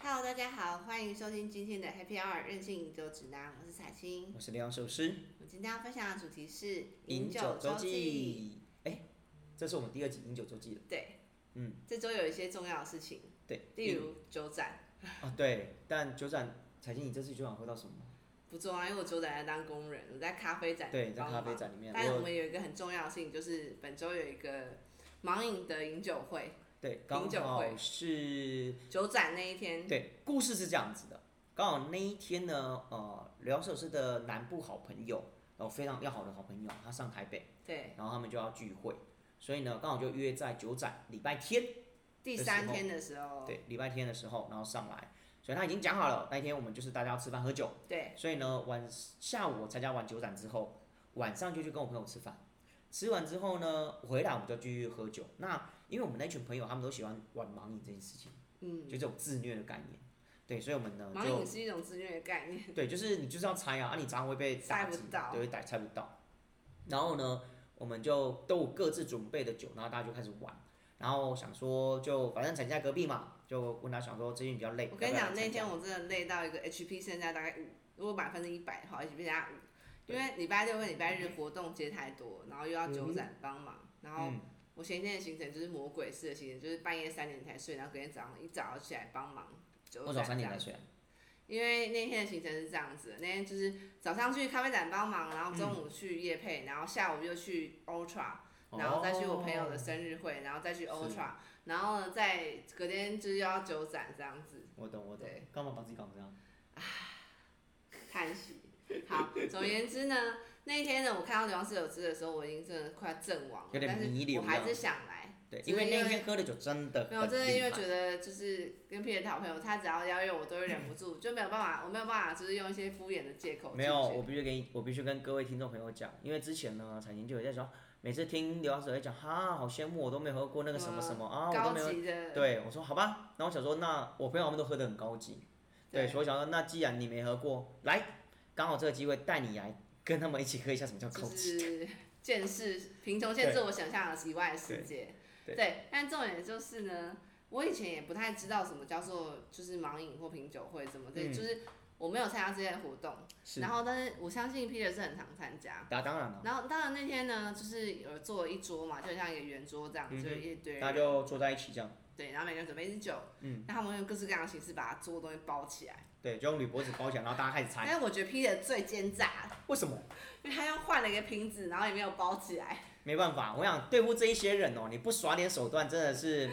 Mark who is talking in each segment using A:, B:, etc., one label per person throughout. A: 大家好，欢迎收听今天的 Happy Hour 任性饮酒指南，我是彩青。
B: 我是梁首诗，
A: 我今天要分享的主题是
B: 饮酒周
A: 记。
B: 记。哎，这是我们第二集饮酒周记了。
A: 对，
B: 嗯，
A: 这周有一些重要的事情，
B: 对，
A: 例如酒展
B: 啊，对，但酒展，彩金，你这次酒展喝到什么？
A: 不重要，因为我酒展在当工人，我在咖啡展
B: 对，在
A: 帮
B: 咖
A: 忙
B: 啡。展里面，
A: 但是我
B: 我
A: 们有一个很重要的事情，就是本周有一个盲饮的饮酒会，
B: 对
A: 饮
B: 刚
A: 酒
B: 好
A: 会嗯
B: 是，
A: 酒展那一天，
B: 嗯对，故事是这样子的。刚好那一天呢，呃，梁首诗的南部好朋友，然后非常要好的好朋友，他上台北，
A: 对，
B: 然后他们就要聚会，所以呢，刚好就约在酒展礼拜天。
A: 第
B: 的时
A: 三
B: 候
A: 天的时候，
B: 对，礼拜天的时候，然后上来，所以他已经讲好了，那一天我们就是大家要吃饭喝酒，
A: 对
B: 所以呢，晚下午我参加完酒展之后，晚上就去跟我朋友吃饭，吃完之后呢，回来我们就继续喝酒。那因为我们那群朋友他们都喜欢玩盲饮这件事情，
A: 嗯，
B: 就这种自虐的概念，对，所以我们呢
A: 盲饮
B: 嗯就是
A: 一种自虐的概念，
B: 对，就是你就是要猜啊，啊你常常会被
A: 猜
B: 打
A: 不
B: 击
A: 到
B: 对，会逮猜不到。然后呢，我们就都有各自准备的酒，然后大家就开始玩。然后想说就反正陈家隔壁嘛，就问他想说最近比较累。
A: 我跟你
B: 要不要
A: 讲，
B: 来
A: 那
B: 参加
A: 天我真的累到一个 HP 剩下大概五，如果百分之一百的话，HP 剩下五，因为礼拜六跟礼拜日活动接太多，然后又要酒展帮忙，然后
B: 嗯
A: 我前一天的行程就是魔鬼式的行程，就是半夜三点才睡，然后隔天早上一早起来帮忙酒
B: 我
A: 展
B: 早
A: 这
B: 三点
A: 样
B: 才。睡啊，
A: 因为那天的行程是这样子的，那天就是早上去咖啡展帮忙，然后中午去夜配，然后下午又去 Ultra，然后再去我朋友的
B: 哦
A: 生日会，然后再去 Ultra，然后呢再隔天就是又要酒展这样子。
B: 我懂，我懂
A: 对。
B: 干嘛把自己搞成这样？
A: 叹息。好，总而言之呢，那一天呢，我看到刘洋四有汁的时候，我已经真的快阵亡了，
B: 有点
A: 但
B: 迷
A: 是
B: 离
A: 我
B: 了
A: 还是想来。
B: 对，
A: 只
B: 因为
A: 是因
B: 那
A: 为
B: 天喝的酒真的
A: 没有，
B: 很
A: 真的因为
B: 厉害
A: 觉得就是跟 Peter 的好朋友，他只要邀约我，都会忍不住，就没有办法，我没有办法，就是用一些敷衍的借口。
B: 没有，我，必须给你，我必须跟各位听众朋友讲，因为之前呢，彩琴就有在说，每次听刘老师在讲，哈，好羡慕，我都没喝过那个什么什么、啊，
A: 嗯
B: 我
A: 高
B: 都没有。
A: 级的，
B: 对，我说好吧，然后我想说，那我朋友他们都喝得很高级，对，所以我想说，那既然你没喝过，来，刚好这个机会带你来跟他们一起喝一下什么叫
A: 就
B: 高级。
A: 是见识贫穷限制我想象的以外的世界。
B: 对对
A: 但重点就是呢，我以前也不太知道什么叫做就是盲饮或品酒会什么的，
B: 嗯
A: 就是我没有参加这些活动。
B: 是，嗯
A: 然后，但是我相信 Peter 是很常参加。
B: 打当然了，
A: 然后，当然那天呢，就是有坐一桌嘛，就像一个圆桌这样，
B: 嗯哼
A: 就一堆
B: 大
A: 人，
B: 家就坐在一起这样，
A: 对，然后每个人准备一支酒，
B: 嗯，
A: 然后他们用各式各样的形式把桌的东西包起来。
B: 对，就用铝箔纸包起来，然后大家开始
A: 但
B: 猜，
A: 是我觉得 Peter 最奸诈，
B: 为什么？
A: 因为他又换了一个瓶子，然后也没有包起来。
B: 没办法，我想对付这一些人哦，你不耍点手段，真的是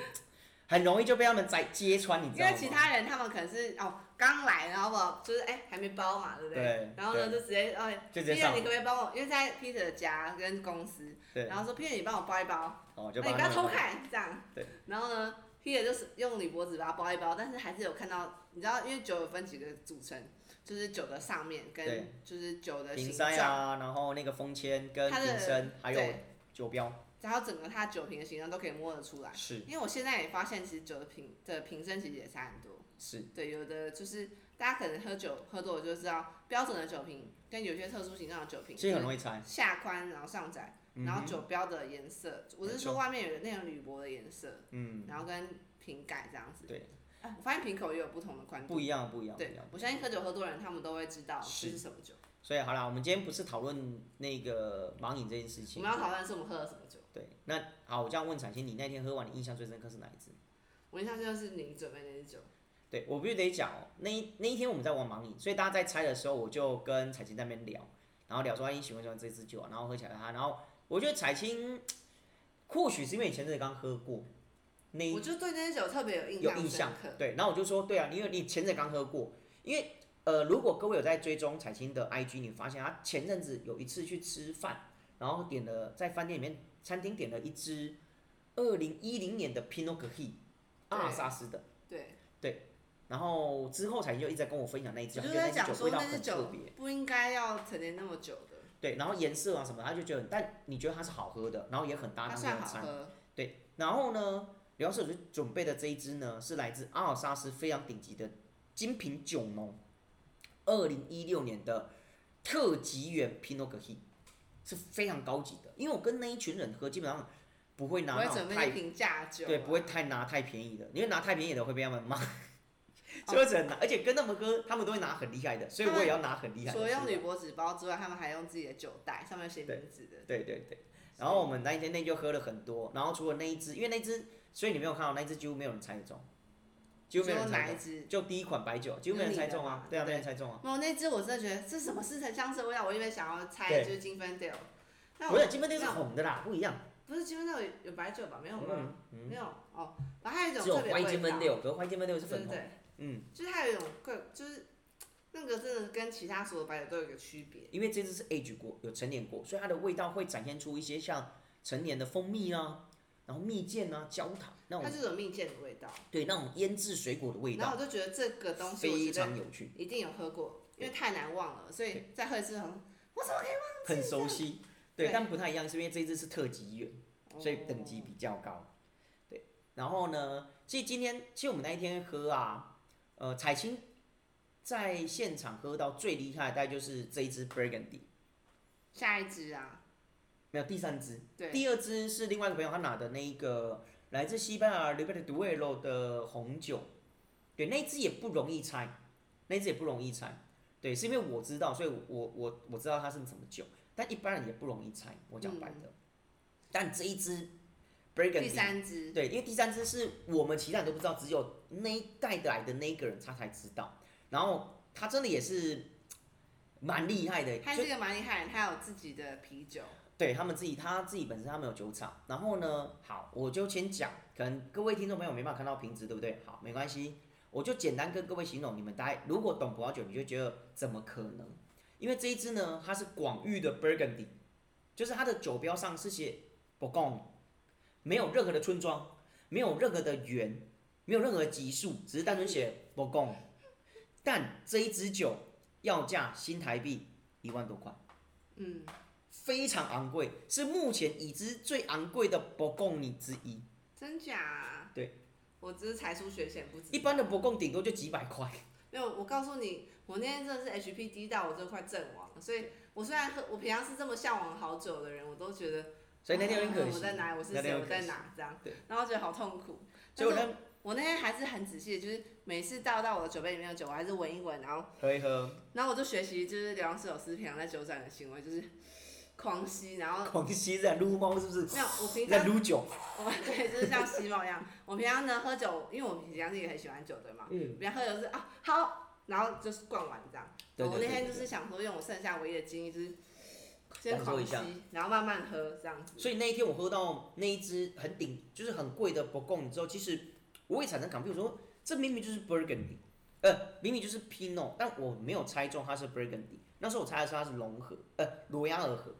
B: 很容易就被他们摘揭穿，你知
A: 因
B: 道吗？
A: 为其他人他们可能是哦刚来，然后我就是哎还没包嘛，对不对？
B: 对
A: 然后呢
B: 对
A: 就直接哦
B: 就直接
A: ，Peter
B: 上
A: 你可不可以帮我？因为在 Peter 的家跟公司，
B: 对，
A: 然后说 Peter 你帮我包一包，
B: 哦，就
A: 那你
B: 把
A: 哎不要
B: 他们
A: 偷看这样。
B: 对。
A: 然后呢，Peter 就是用铝箔纸把它包一包，但是还是有看到，你知道，因为酒有分几个组成，就是酒的上面跟
B: 对
A: 就是酒的
B: 瓶
A: 形
B: 塞
A: 状，
B: 啊，然后那个封签跟
A: 它的
B: 瓶身，还有
A: 对
B: 酒标，
A: 然后整个它酒瓶的形状都可以摸得出来。
B: 是
A: 因为我现在也发现，其实酒的瓶的瓶身其实也差很多。
B: 是，
A: 对，有的就是大家可能喝酒喝多了就知道，标准的酒瓶跟有些特殊形状的酒瓶，
B: 所以很容易猜
A: 就是。下宽然后上窄，
B: 嗯哼
A: 然后酒标的颜色，我是
B: 没
A: 说
B: 错
A: 外面有那种铝箔的颜色，
B: 嗯，
A: 然后跟瓶盖这样子。
B: 对，
A: 哎，我发现瓶口也有不同的宽度。
B: 不一样，不一样，不一
A: 对
B: 样，。
A: 我相信喝酒喝多的人，他们都会知道这
B: 是
A: 是什么酒。
B: 所以好啦，我们今天不是讨论那个盲饮这件事
A: 我
B: 情
A: 们。要讨论的是我们喝了什么酒。
B: 对，那好，我这样问彩欣，你那天喝完，你印象最深刻是哪一支？
A: 我印象就是你准备那支酒，
B: 对我必须得讲哦，那一那一天我们在玩盲饮，所以大家在猜的时候，我就跟彩青在那边聊，然后聊说哎你喜不喜欢这支酒啊，然后喝起来它，然后我觉得彩青，或许是因为以前真的刚喝过，那一
A: 我就对那支酒特别有印
B: 有
A: 象
B: 印象
A: 深刻。，
B: 对，然后我就说对啊，因为你前阵刚喝过，因为呃，如果各位有在追踪彩青的 IG，你发现他前阵子有一次去吃饭，然后点了在饭店里面餐厅点了一支二零一零年的 Pinot Grigio 阿尔萨斯的。
A: 对，
B: 然后之后彩琴就一直在跟我分享那一支
A: 我
B: 酒，
A: 就
B: 因
A: 在
B: 为那支
A: 讲
B: 酒
A: 说
B: 味道
A: 那支
B: 很特
A: 酒
B: 别，
A: 不应该要陈年那么久的，
B: 对，然后颜色啊什么，他就觉得很，但你觉得它是好喝的，然后也很搭
A: 它
B: 当
A: 算
B: 天的
A: 好
B: 餐，
A: 喝。
B: 对。然后呢，刘老师准备的这一支呢，是来自阿尔萨斯非常顶级的精品酒农，二零一六年的特级园 Pinot Grigio，是非常高级的。因为我跟那一群人喝，基本上不会拿
A: 不
B: 那
A: 会准
B: 种
A: 备
B: 太
A: 一瓶价酒啊，
B: 对，不会太拿太便宜的，因为拿太便宜的会被他们骂。所以我只能拿，而且跟他们喝，他们都会拿很厉害的，所以我也要拿很厉害的
A: 除
B: 出
A: 了
B: 来。
A: 用铝箔纸包之外，他们还用自己的酒袋，上面有写
B: 对
A: 名字的。
B: 对对对。然后我们那一天内就喝了很多，然后除了那一支，因为那支，所以你没有看到那一支几乎没有人猜中，几乎没有
A: 说
B: 人
A: 哪
B: 猜
A: 一
B: 中，
A: 支？
B: 就第一款白酒几乎没有人猜中啊，对啊，没人猜中啊。
A: 哦，那支我真的觉得这什么似曾相识的味道，我原本想要猜
B: 对
A: 就是金分调。那
B: 不
A: 我
B: 是，金杯店是红的啦，不一样。
A: 不是金分调有有白酒吧？没有吗？
B: 嗯嗯，
A: 没有哦，然后还有一种
B: 只有
A: 特别
B: 灰金
A: 的味
B: 分
A: 道。
B: 六，可是灰金分六是
A: 对
B: 粉
A: 对
B: 红
A: 对，
B: 嗯，
A: 就是它有一种怪，就是那个真的跟其他所有白酒都有一个区别。
B: 因为这只是 age 果，有成年果，所以它的味道会展现出一些像成年的蜂蜜啊，然后蜜饯啊、焦糖那
A: 它
B: 种，
A: 就是有蜜饯的味道，
B: 对那种腌制水果的味
A: 然后
B: 道，
A: 我就觉得这个东西我
B: 非
A: 觉得
B: 常有趣，
A: 一定有喝过，因为太难忘了，所以再喝一次很
B: 很熟悉。对，
A: 对哦
B: 但不太一样，是因为这只是特级园，所以等级比较高。对，然后呢，其实今天其实我们那一天喝啊，呃，彩青在现场喝到最厉害，大概就是这一支 Burgundy，
A: 下一支啊，
B: 没有第三支，
A: 对，
B: 第二支是另外一个朋友他拿的那一个来自西班牙 l i b e r t a d u e r o 的红酒，对，那一支也不容易猜，那一支也不容易猜，对，是因为我知道，所以我我我我知道它是什么酒，但一般人也不容易猜，我讲白的。但这一支 Burgundy，
A: 嗯第三支，
B: 对，因为第三支是我们其他人都不知道，只有那一带来的那一个人他才知道，然后他真的也是蛮厉害的，
A: 他
B: 就是
A: 一个蛮厉害的人，他有自己的啤酒，
B: 对他们自己，他自己本身他们有酒厂，然后呢，好，我就先讲，可能各位听众朋友没办法看到瓶子，对不对？好，没关系，我就简单跟各位形容，你们大概如果懂葡萄酒，你就觉得怎么可能？因为这一支呢，它是广域的 Burgundy，就是它的酒标上是写 Burgundy，没有任何的村庄，没有任何的园，没有任何的级数，只是单纯写 Burgundy。但这一支酒要价新台币一万多块。
A: 嗯，
B: 非常昂贵，是目前已知最昂贵的博贡尼之一。
A: 真假啊？
B: 对，
A: 我只是才疏学浅，不知道
B: 一般的博贡顶多就几百块，
A: 没有，我告诉你，我那天真的是 HP 低到我真的快阵亡了。所以我虽然喝，我平常是这么向往好酒的人，我都觉得，
B: 所以那天
A: 啊
B: 很可惜。
A: 我在哪？我是
B: 那
A: 谁？
B: 天很
A: 我在
B: 可惜
A: 哪？这样
B: 对，
A: 然后觉得好痛苦。
B: 结果
A: 但是
B: 呢，
A: 我那天还是很仔细的，就是每次倒到我的酒杯里面的酒，我还是闻一闻，然后，
B: 喝一喝，
A: 然后我就学习就是刘洋室友师平常在酒展的行为，就是狂吸，然后
B: 狂吸在撸猫是不是？
A: 没有，我平
B: 在
A: 常
B: 撸酒，
A: 我对，就是像吸猫一样，我平常呢喝酒，因为我平常是也很喜欢酒的嘛，
B: 嗯，
A: 不要喝酒是啊好，然后就是灌完这样。
B: 对对对
A: 我那天
B: 对
A: 就是想说，用我剩下唯一的精力，就是先
B: 感受
A: 狂
B: 一下
A: 吸，然后慢慢喝这样子。
B: 所以那一天我喝到那一支很顶，就是很贵的博贡之后，其实我也产生 confuse，我说这明明就是 Burgundy，呃，明明就是 Pinot，但我没有猜中它是 Burgundy。那时候我猜的是它是龙河，呃，罗亚尔河，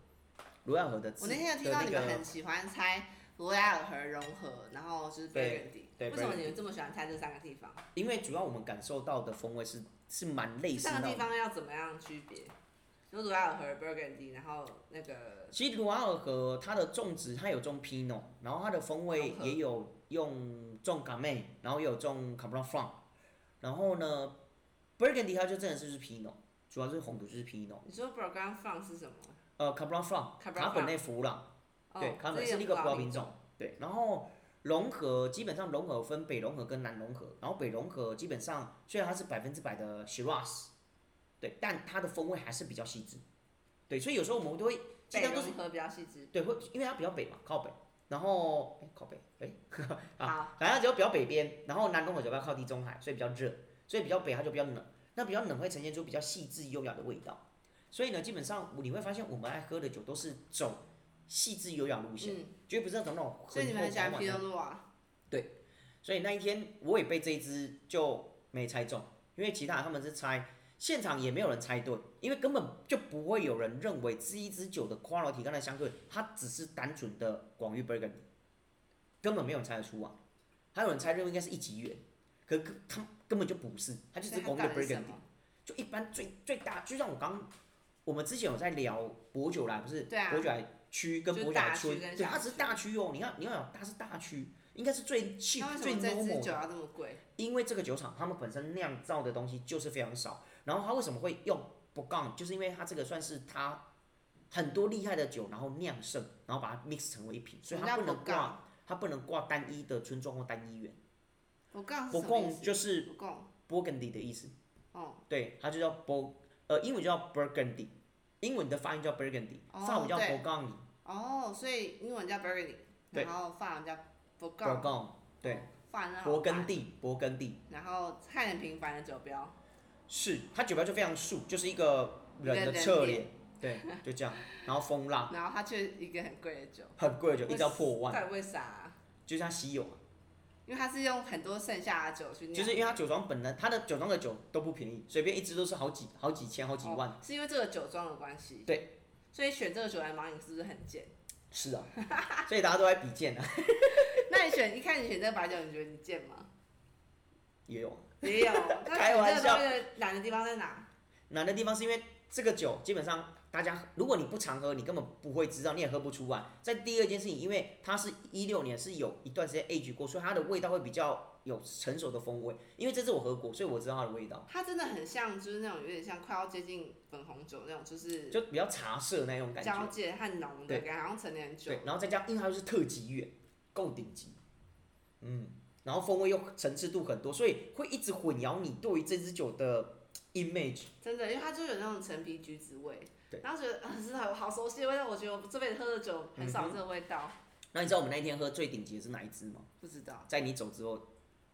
B: 罗亚尔河的字。
A: 我那天有听到
B: 的
A: 你
B: 那
A: 们
B: 个
A: 很喜欢猜罗亚尔和融合，然后就是
B: 对
A: Burgundy，
B: 对
A: 为什么
B: Burgundy 哎
A: 你们这么喜欢猜这三个地方？
B: 因为主要我们感受到的风味是是蛮类
A: 这
B: 似
A: 三个
B: 那
A: 地
B: 种。
A: 方要怎么样区别？就罗亚尔和 Burgundy，然后那个
B: 其实卢瓦尔河它的种植，它有种 Pinot，然后它的风味
A: 融合
B: 也有用种 Gamay，然后也有种 Cabernet Franc，然后呢，Burgundy 它就真的是就是 Pinot，主要是红土就是 Pinot，
A: 你说 Burgundy 放是什么？
B: 呃 Cabernet Franc，
A: Cabernet
B: 卡本内弗朗，
A: 哦
B: 对，卡本是
A: 这
B: 那
A: 不
B: 个
A: 知
B: 葡
A: 道
B: 萄品种，对，然后。融合基本上融合分北融合跟南融合，然后北融合基本上虽然它是百分之百的 Shiraz，对，但它的风味还是比较细致，对，所以有时候我们都会
A: 北
B: 尽量都是
A: 融合比较细致。
B: 对，会因为它比较北嘛，靠北，然后哎、靠北哎、啊
A: 好，
B: 反正它只要比较北边，然后南宫口酒吧靠地中海，所以比较热，所以比较北它就比较冷，那比较冷会呈现出比较细致优雅的味道，所以呢，基本上你会发现我们爱喝的酒都是走细致优雅路线，
A: 嗯，
B: 绝对不是那种那种
A: 所以你们很喜欢
B: 很厚重
A: Pinot
B: 的啊
A: Noir。
B: 所以那一天我也被这一支就没猜中，因为其他人他们是猜，现场也没有人猜对，因为根本就不会有人认为这一支酒的 quality 跟它相对，它只是单纯的广域 Burgundy，根本没有人猜得出啊。还有人猜认为应该是一级园，可可它根本就不是，它就只
A: 所以它
B: 是广域
A: 到底是
B: Burgundy
A: 什。么？
B: 就一般最最大，就像我刚我们之前有在聊博酒来，不是？
A: 对啊
B: 博酒来区跟
A: 就
B: 博酒
A: 大
B: 来
A: 区
B: 村，
A: 跟
B: 对，
A: 小
B: 它只是
A: 区
B: 大区哦。你看，你要想，它是大区，应该是最 cheap
A: 那为什
B: 最
A: 么这支
B: normal
A: 酒
B: 的。
A: 要这么贵？
B: 因为这个酒厂他们本身酿造的东西就是非常少，然后它为什么会用不杠，就是因为它这个算是它很多厉害的酒，然后酿剩，然后把它 mix 成为一瓶，所以它不能
A: 什么叫 Bourgogne？
B: 挂，它不能挂单一的村庄或单一园。
A: 我告诉
B: 不
A: 你什么意
B: 共
A: 思，
B: 就是
A: 不共
B: Burgundy 的意思，
A: 哦，
B: 对，它就叫 Bur，呃，英文就叫 Burgundy，英文的发音叫 Burgundy，
A: 哦
B: 法文叫
A: 对
B: Burgundy，
A: 哦，所以英文叫 Burgundy，
B: 对
A: 然后法文叫 Bourgogne，
B: Burgundy，对，
A: 法文很好
B: 勃艮
A: 看，
B: 第，勃艮第
A: 然后看很平凡的酒标，
B: 是它酒标就非常竖，就是一个人的侧脸，对，就这样，然后风浪
A: 然后它却一个很贵的酒，
B: 很贵啊的酒，一直要破万，
A: 到底为啥啊？
B: 就像稀有啊，
A: 因为它是用很多剩下的酒去酿，
B: 就是因为它酒庄本来它的酒庄的酒都不便宜，随便一支都是好几好几千好几万，
A: 哦，是因为这个酒庄的关系。
B: 对，
A: 所以选这个酒来盲饮是不是很贱？
B: 是啊，所以大家都在比剑啊，
A: 那你选一开始选这个白酒，你觉得你贱吗？
B: 也有啊。
A: 也 有，那
B: 开玩
A: 选这个东西的难的地方在哪？
B: 难的地方是因为这个酒基本上大家如果你不常喝，你根本不会知道，你也喝不出来。在第二件事情，因为它是一六年是有一段时间 age 过，所以它的味道会比较有成熟的风味。因为这次我喝过，所以我知道它的味道，
A: 它真的很像，就是那种有点像快要接近粉红酒那种，就是
B: 就比较茶色那种感
A: 交
B: 觉。
A: 界和浓的
B: 对
A: 感觉，好像陈年酒
B: 对。，然后再加，因为它又是特级月，够顶级，嗯，然后风味又层次度很多，所以会一直混淆你对于这支酒的 image。
A: 真的，因为它就有那种陈皮橘子味
B: 对，
A: 然后觉得啊、是好好熟悉的味道。我觉得我这辈子喝的酒很少有这个味
B: 嗯
A: 道，
B: 那你知道我们那一天喝最顶级的是哪一支吗？
A: 不知道
B: 在你走之后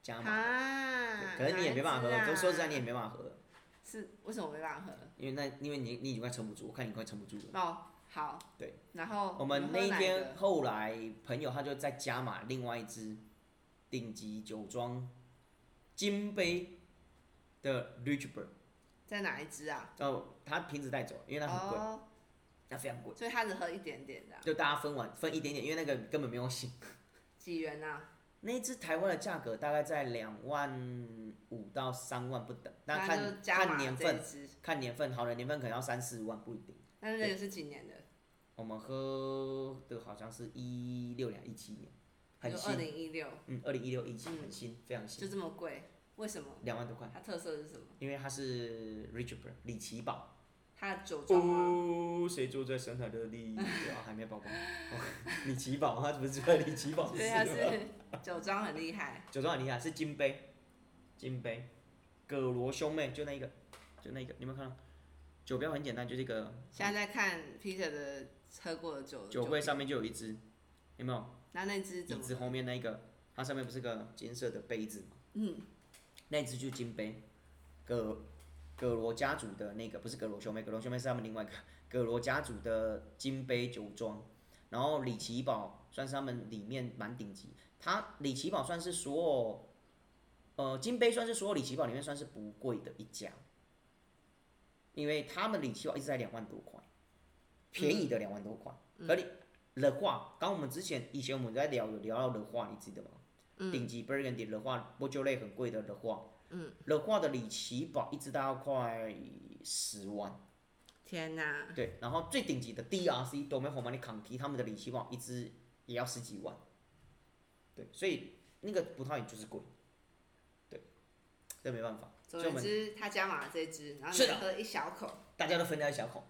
B: 加码。
A: 啊
B: 对可是你也没办法喝，
A: 哪一支啊
B: 就说实在你也没办法喝，
A: 是为什么我没办法喝？
B: 因为那因为你你已经快撑不住，我看你快撑不住了。
A: 哦，好，
B: 对，
A: 然后
B: 我们
A: 哦你
B: 那
A: 喝
B: 一
A: 哪个
B: 天后来朋友他就再加码另外一支顶级酒庄金杯的 Richburg，
A: 在哪一支啊？
B: 哦，他瓶子带走，因为它很贵，
A: 哦，
B: 那非常贵，
A: 所以他只喝一点点的啊，
B: 就大家分完分一点点，因为那个根本没有醒。
A: 几元啊？
B: 那一支台湾的价格大概在两万五到三万不等，那
A: 反正
B: 看
A: 就加
B: 看
A: 码
B: 年
A: 这一
B: 份，
A: 支，
B: 看年份，好的年份可能要三四万不一定。
A: 但是那个是几年的？
B: 我们喝的好像是一六年、一七年，很
A: 就二
B: 新，
A: 零一六，
B: 嗯，二零一六、一七
A: 嗯
B: 很新，非常
A: 就
B: 新，
A: 这么贵，为什么？
B: 两万多块，
A: 它特色是什么？
B: 因为它是 Richard Burr 李奇堡。
A: 它的酒庄吗？
B: 哦，谁住在神海的地？啊，海绵 宝宝，哦李奇堡，他怎么知道李奇堡
A: 所
B: 是
A: 以
B: 什
A: 它
B: 么？
A: 啊是酒庄很厉害，
B: 酒庄很厉害，是金杯，金杯，葛罗兄妹就那一个，就那一个，你有没有看到？酒标很简单，就是一个
A: 现在在看 Peter 的喝过的酒，
B: 酒柜上面就有一只，有没有？
A: 那那支怎
B: 椅
A: 么
B: 子
A: 了？
B: 后面那个，它上面不是个金色的杯子吗？嗯，那一只就是金杯，葛葛罗家族的那个不是葛罗兄妹，葛罗兄妹是他们另外一个葛罗家族的金杯酒庄，然后李奇堡算是他们里面蛮顶级，他李奇堡算是所有。呃，金杯算是所有李奇堡里面算是不贵的一家，因为他们李奇堡一直在两万多块，便宜的两万多块。而你的话，刚我们之前以前我们在聊有聊到的话，你记得吗？
A: 嗯
B: 顶级 Burgundy 的话，波就类很贵的的话，嗯，的话的李奇堡一直大概快十万，
A: 天哪！
B: 对，然后最顶级的 DRC d o m e n h o m a n i c o n t i 他们的李奇堡一支也要十几万，对，所以那个葡萄也就是贵，对，这没办法，
A: 总
B: 所以我
A: 而言
B: 们
A: 之，他加码了这支，然后你
B: 是的
A: 喝一小口，
B: 大家都分掉一小口，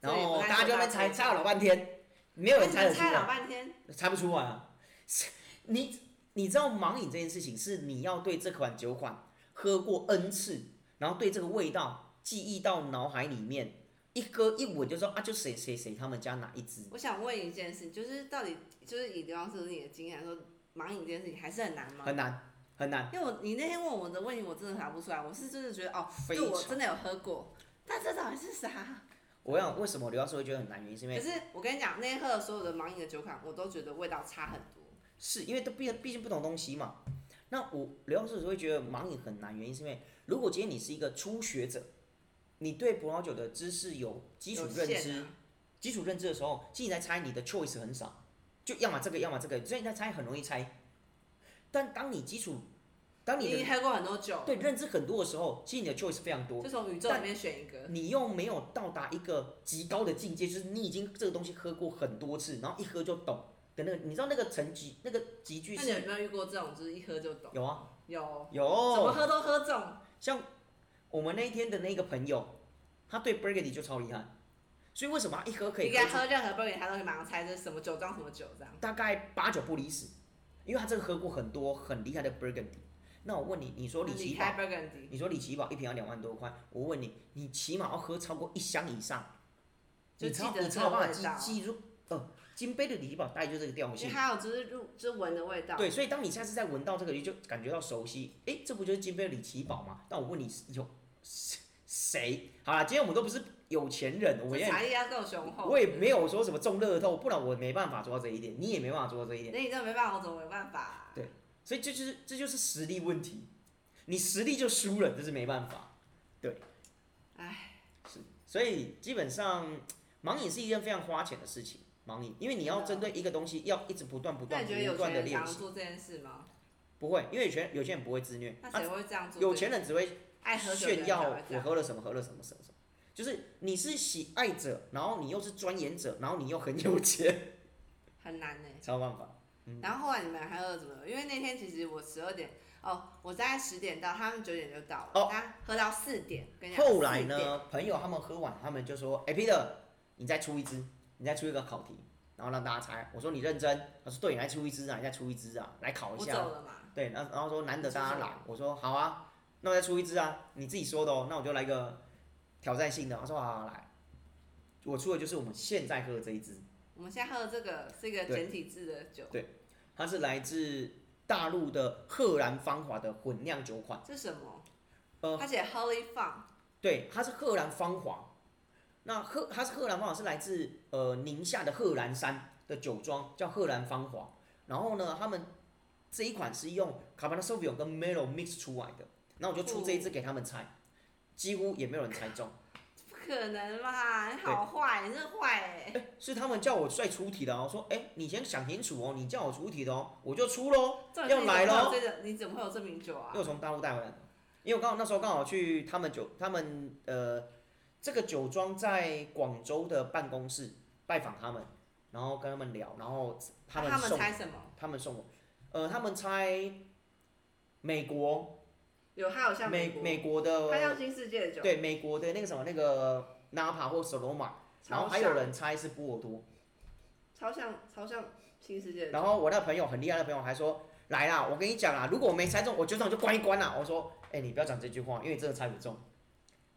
B: 然
A: 所以
B: 后
A: 不太
B: 大家就在那边猜猜了老半天，没有人猜得
A: 啊
B: 出
A: 猜
B: 来
A: 老。半天，
B: 猜不出来啊！ 是你你知道盲饮这件事情是你要对这款酒款喝过 n 次，然后对这个味道记忆到脑海里面，一喝一闻就说啊，就谁谁谁他们家哪一支。
A: 我想问一件事，就是到底就是以刘老师你的经验来说，盲饮这件事情还是很难吗？
B: 很难很难，
A: 因为我你那天问我的问题，我真的答不出来，我是真的觉得哦，
B: 非
A: 对我
B: 常。
A: 真的有喝过，但这到底是啥？
B: 我想为什么刘老师会觉得很难，原因是因
A: 可
B: 为
A: 是我跟你讲，那天喝的所有的盲饮的酒款，我都觉得味道差很多。
B: 是因为都毕毕竟不同东西嘛。那我刘老师会觉得盲饮很难，原因是因为如果今天你是一个初学者，你对葡萄酒的知识有基础
A: 有
B: 认
A: 限
B: 知，
A: 啊
B: 基础认知的时候，其实你在猜你的 choice 很少，就要么这个，要么这个，所以你在猜很容易猜。但当你基础，当你
A: 你
B: 的
A: 喝过很多酒，
B: 对认知很多的时候，其实你的 choice 非常多
A: 就，从宇宙里面选一个，
B: 你又没有到达一个极高的境界，就是你已经这个东西喝过很多次，然后一喝就懂的那个，你知道那个层级那个集聚
A: 那你有
B: 是
A: 没有遇过这种，就是一喝就懂？
B: 有啊
A: 有，
B: 有，
A: 怎么喝都喝中。
B: 像我们那一天的那个朋友，他对 Burgundy 就超厉害，所以为什么他一喝可
A: 你
B: 以
A: 给他
B: 出
A: 喝任何杯给他都可以马上猜这是什么酒庄什么酒这样。
B: 大概八九不离十，因为他这个喝过很多很厉害的 Burgundy，那我问你，你说里奇
A: 离
B: 堡
A: 开 Burgundy，
B: 你说李奇堡一瓶要两万多块，我问你，你起码要喝超过一箱以上，
A: 就
B: 你才有
A: 记得
B: 你才有办
A: 这个味道
B: 法记记住。呃，金杯的李奇堡大概就这个调
A: 因为
B: 性。
A: 它有就是入就闻的味道。
B: 对，所以当你下次再闻到这个，你就感觉到熟悉。诶，这不就是金杯的李奇堡吗？那我问你，有谁谁？好啦，今天我们都不是有钱人，我
A: 这
B: 也
A: 财力要够雄厚。
B: 我也没有说什么中乐透，不然我没办法做到这一点，你也没办法做到这一点。
A: 那你这没办法，我怎么没办法啊、
B: 对所以这就是这就是实力问题，你实力就输了，这是没办法。对，
A: 唉，
B: 是，所以基本上盲饮是一件非常花钱的事情。盲饮，因为你要针对一个东西，要一直不断不
A: 那
B: 断
A: 你
B: 不
A: 觉得有
B: 断
A: 钱
B: 的
A: 人
B: 练
A: 想要
B: 习，
A: 做这件事吗？
B: 不会，因为有些人有些人不会自虐，
A: 那
B: 他
A: 谁会这样做？
B: 啊有钱人只会
A: 爱喝酒的人
B: 炫
A: 才
B: 耀
A: 会这
B: 我
A: 样
B: 喝了什么，喝了什么，什么什么，就是你是喜爱者，然后你又是钻研者，然后你又很有钱，
A: 很难欸呢、
B: 才有办法。
A: 然后后来你们还喝了什么？因为那天其实我十二点哦，我大概十点到，他们九点就到了，
B: 哦
A: 他喝到四点。跟你讲
B: 后来？
A: 4点
B: 呢，朋友他们喝完，他们就说：“哎、p e t e r 你再出一支，你再出一个考题，然后让大家猜。”我说：“你认真。”他说：“对，你来出一支啊，你再出一支啊，来考一
A: 我
B: 下
A: 走。了嘛，”
B: 对，然后然后说难得大
A: 你
B: 家
A: 出什
B: 来
A: 么，
B: 我说：“好啊，那我再出一支啊，你自己说的哦，那我就来个挑战性的。”他说：“好好来。”我出的就是我们现在喝的这一支，
A: 我们现在喝的这个是一个
B: 对
A: 简体字的酒，
B: 它是来自大陆的赫然芳华的混酿酒款。
A: 这是什么？
B: 呃
A: 他写 Holy Fun，
B: 对，它是赫然芳华。那赫它是赫然芳华是来自呃宁夏的贺兰山的酒庄，叫赫然芳华。然后呢，他们这一款是用 Cabernet Sauvignon 跟 Merlot mix 出来的。然后我就出这一支给他们猜，几乎也没有人猜中，
A: 不可能吧？你好坏，你这坏哎、
B: 是他们叫我再出题的哦。说，哎，你先想清楚哦，你叫我出题的哦，我就出喽。
A: 重点是你怎么会有
B: 要来咯
A: 这个你怎么会有这瓶酒啊
B: 又？从大陆带回来的，因为我刚好那时候刚好去他们酒，他们呃这个酒庄在广州的办公室拜访他们，然后跟他们聊，然后他们
A: 那啊他
B: 送
A: 们猜什么？
B: 他们送我，呃，他们猜美国
A: 有，他有像
B: 美
A: 国，
B: 美国
A: 他像
B: 的
A: 新世界的酒，
B: 对美国的那个什么那个 Napa 或 Sonoma，然
A: 超像，
B: 后还有人猜是波尔多，
A: 超像超像新世界的酒，
B: 然后我那朋友很厉害的朋友还说。来啦，我跟你讲啦，如果我没猜中，我酒厂就关一关啦。我说，哎、你不要讲这句话，因为真的猜不中，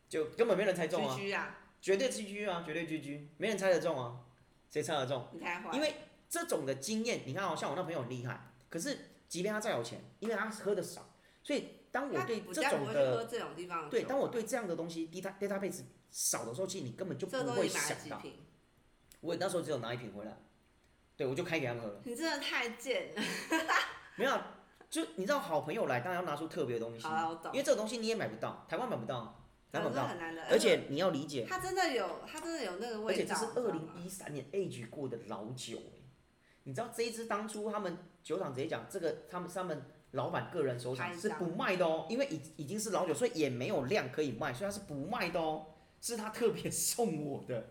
B: 就根本没人猜中啊。
A: 居居啊，
B: 绝对 GG 啊，绝对 GG，没人猜得中啊，谁猜得中？
A: 你太坏，
B: 因为这种的经验，你看哦，像我那朋友很厉害，可是即便他再有钱，因为他喝的少，所以当我
A: 他
B: 对
A: 不
B: 这
A: 但不
B: 种
A: 会去喝
B: 的
A: 这种地方的酒，
B: 对，当我对这样的东西 data database 少的时候，其实你根本就不
A: 这东
B: 会
A: 西买了
B: 想
A: 几
B: 到。
A: 瓶，
B: 我那时候只有拿一瓶回来，对我就开给他们喝了，
A: 你真的太贱了。
B: 没有啊，就你知道好朋友来，当然要拿出特别的东西
A: 好，了，我懂
B: 嗯因，为这个东西你也买不到，台湾买不到，台
A: 反正
B: 湾买不
A: 是
B: 到，
A: 很难的，
B: 而且你要理解，
A: 它真的有，它真的有那个
B: 而且
A: 味
B: 这
A: 道，
B: 是
A: 你知
B: 二
A: 道
B: 零
A: 吗？
B: 一三年 age 过的老酒、欸、你知道这一支当初他们酒厂直接讲，这个他们他们老板个人手
A: 拍
B: 厂
A: 照
B: 是不卖的哦，因为已已经是老酒，所以也没有量可以卖，所以他是不卖的哦，是他特别送我的，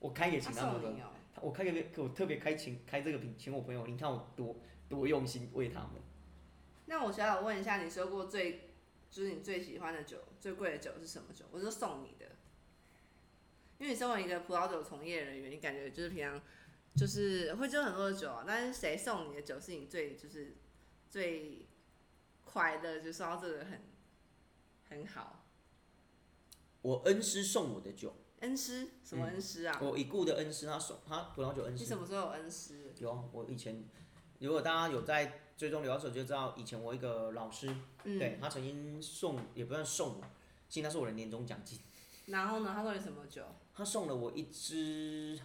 B: 我开给
A: 他
B: 请他们喝
A: 送，你哦，
B: 他我开给给我特别开请开这个瓶请我朋友，你看我多多用心为他们。
A: 那我想要问一下，你收过最就是你最喜欢的酒、最贵的酒是什么酒？我就送你的，因为你身为一个葡萄酒从业人员，你感觉就是平常就是会喝很多的酒啊，但是谁送你的酒是你最就是最快乐，就收到这个很很好。
B: 我恩师送我的酒，
A: 恩师什么恩师啊？
B: 我已故的恩师他送他葡萄酒嗯哦恩
A: 你
B: 师
A: 什么时候有恩师？
B: 有啊，我以前如果大家有在追踪聊手就知道，以前我一个老师，
A: 嗯，
B: 对他曾经送也不算送我，其实那是我的年终奖金，
A: 然后呢？他送你什么酒？
B: 他送了我一支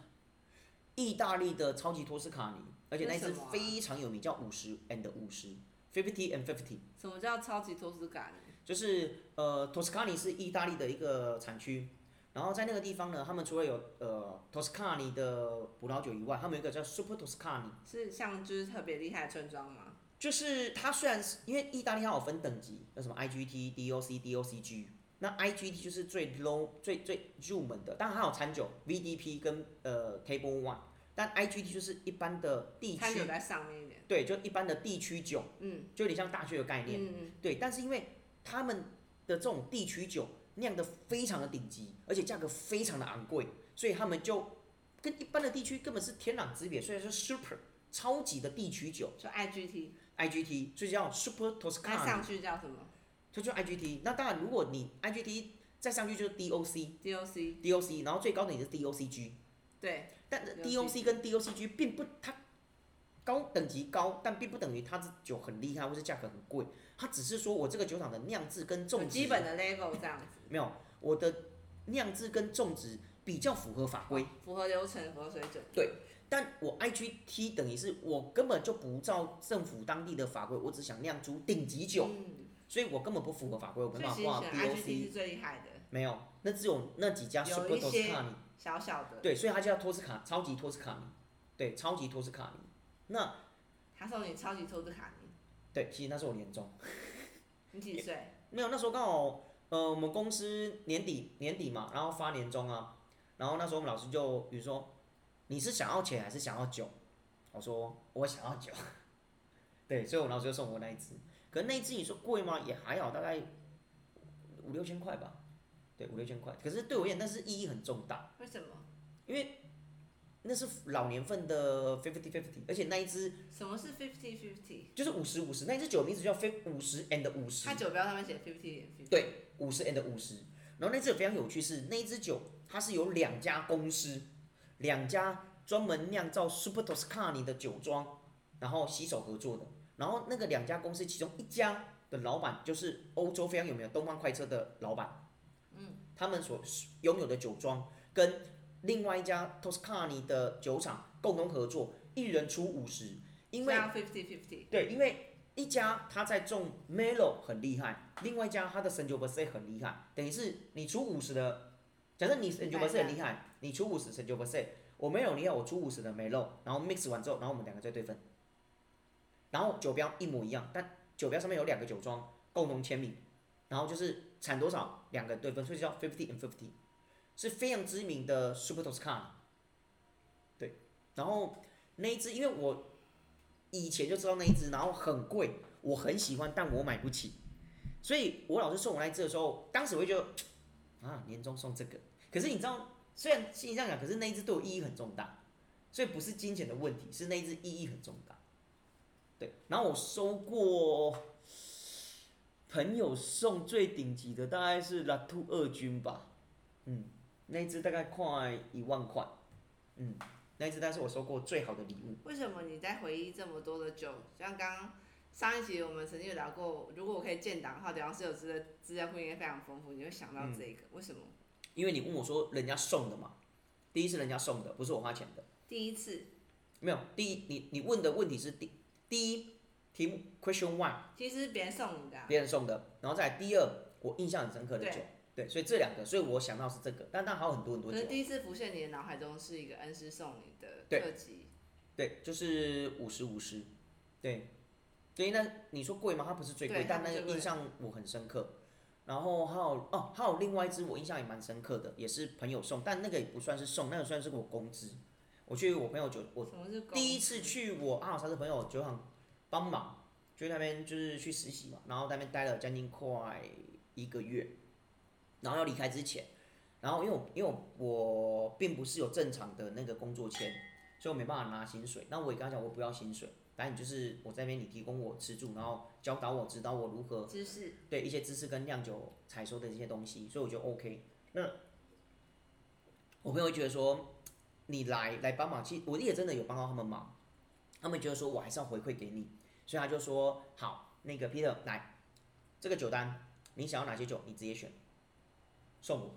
B: 意大利的超级托斯卡尼，而且那一
A: 那
B: 支
A: 是什么啊
B: 非常有名，叫五十 and 五十 fifty and fifty，
A: 什么叫超级托斯卡尼？
B: 就是呃托斯卡尼是意大利的一个产区。然后在那个地方呢，他们除了有呃托斯卡尼的葡萄酒以外，他们有一个叫 Super Toscani，
A: 是像就是特别厉害的村庄吗？
B: 就是它虽然是因为意大利它有分等级，有什么 IGT、DOC、DOCG，那 IGT 就是最 low、最最入门的，当然它有餐酒 VDP 跟呃 Table One，但 IGT 就是一般的地
A: 餐酒
B: 区，
A: 在上面一点。
B: 对，就一般的地区酒，
A: 嗯
B: 就有点像大学的概念，
A: 嗯嗯。
B: 对。但是因为他们的这种地区酒酿的非常的顶级，而且价格非常的昂贵，所以他们就跟一般的地区根本是天壤之别，所以说 super 超级的地区酒。
A: 就 IGT
B: IGT，所以叫 Super
A: 那
B: Toscana，
A: 上去叫什么
B: 它就 IGT。那当然，如果你 IGT 再上去就是 DOC
A: ？DOC
B: DOC，然后最高等级是 DOCG，
A: 对，
B: 但是
A: DOC
B: DOC 跟 DOCG 并不它高等级高，但并不等于它的酒很厉害或是价格很贵，它只是说我这个酒厂的酿制跟
A: 有
B: 种植
A: 基本的 level 这样子，
B: 没有我的酿制跟种植比较符合法规。
A: 符合流程，符合水准。
B: 对但我 IGT 等于是我根本就不照政府当地的法规，我只想酿出顶级酒，
A: 嗯，
B: 所以我根本不符合法规，我
A: 所
B: 没
A: 以
B: 办
A: 其
B: 法
A: 实
B: 挂
A: 选 IGT 是
B: DOC。
A: 最厉害的，
B: 没有，那只有那几家
A: 有
B: Super
A: 一些
B: Toscani，
A: 小小的。
B: 对，所以它叫托斯卡，超级托斯卡尼，对，超级托斯卡尼。那
A: 他送你超级托斯卡尼，
B: 对，其实那是我年终，
A: 你几岁？
B: 没有，那时候刚好，呃，我们公司年底年底嘛，然后发年终啊，然后那时候我们老师就比如说，你是想要钱还是想要酒？我说我想要酒， 对，所以我老师就送我那一支，可是那一支你说贵吗？也还好，大概五六千块吧，对，五六千块，可是对我而言，但是意义很重大，
A: 为什么？
B: 那是老年份的 fifty fifty，而且那一支
A: 什么是 fifty fifty？
B: 就是五十五十，那一支酒名字叫非五十 and 五十
A: 他，酒标上面写 fifty fifty。
B: 对五十 and 五十。然后那支酒非常有趣是，那一支酒它是有两家公司，两家专门酿造 Super Toscani 的酒庄，然后携手合作的。然后那个两家公司其中一家的老板就是欧洲非常有名的东方快车的老板，嗯，他们所拥有的酒庄跟另外一家 Toscani 的酒厂共同合作，一人出五十，因为
A: fifty fifty，
B: 对，因为一家他在种 Melo 很厉害，另外一家他的神酒 b e r c 很厉害，等于是你出五十的，假设你神酒 b e r c 很厉害，你出五十神酒 b e r c 我没有你害，我出五十的 Melo，然后 mix 完之后，然后我们两个再对分，然后酒标一模一样，但酒标上面有两个酒庄共同签名，然后就是产多少两个人对分，所以叫 fifty and fifty，是非常知名的 Super Toscana。对，然后那一只因为我以前就知道那一只，然后很贵，我很喜欢，但我买不起。所以我老师送我那一只的时候，当时我就觉得啊，年终送这个。可是你知道，虽然心里这样讲，可是那一只对我意义很重大，所以不是金钱的问题，是那一只意义很重大。对，然后我收过朋友送最顶级的，大概是拉兔二军吧，嗯，那一只大概快一万块，嗯，那一只大概是我收过最好的礼物。
A: 为什么你在回忆这么多的酒？像刚刚上一集我们曾经有聊过，如果我可以建档的话，聊到是有资的资料库应该非常丰富，你会想到这
B: 嗯
A: 个。为什么？
B: 因为你问我说人家送的嘛，第一是人家送的，不是我花钱的。
A: 第一次，
B: 没有，第一，你你问的问题是第第一题目 question one
A: 其实是别人送你的啊、
B: 别人送的，然后再来第二我印象很深刻的
A: 对
B: 酒，对，所以这两个，所以我想到是这个，但但还有很多很多
A: 可
B: 酒啊
A: 是，第一次浮现你的脑海中是一个恩师送你的
B: 对
A: 特辑，
B: 对，就是五十五十，对，对，那你说贵吗？它不是最
A: 对
B: 贵，
A: 它
B: 但
A: 不
B: 那
A: 是
B: 个
A: 最贵
B: 印象我很深刻。然后还有哦，还有另外一支我印象也蛮深刻的，也是朋友送，但那个也不算是送，那个算是我工资。我去我朋友酒，我
A: 什么是公
B: 第一次去我阿尔萨斯朋友酒厂帮忙，就那边就是去实习嘛，然后在那边待了将近快一个月，然后要离开之前，然后因为我因为我我并不是有正常的那个工作签，所以我没办法拿薪水。那我也跟他讲我不要薪水，反正你就是我在那边你提供我吃住，然后教导我指导我如何
A: 知识？
B: 对一些知识跟酿酒采收的这些东西，所以我就 OK。那我朋友觉得说你来来帮忙，其实我也真的有帮到他们忙，他们觉得说我还是要回馈给你，所以他就说好，那个 Peter 来这个酒单，你想要哪些酒你直接选，送我，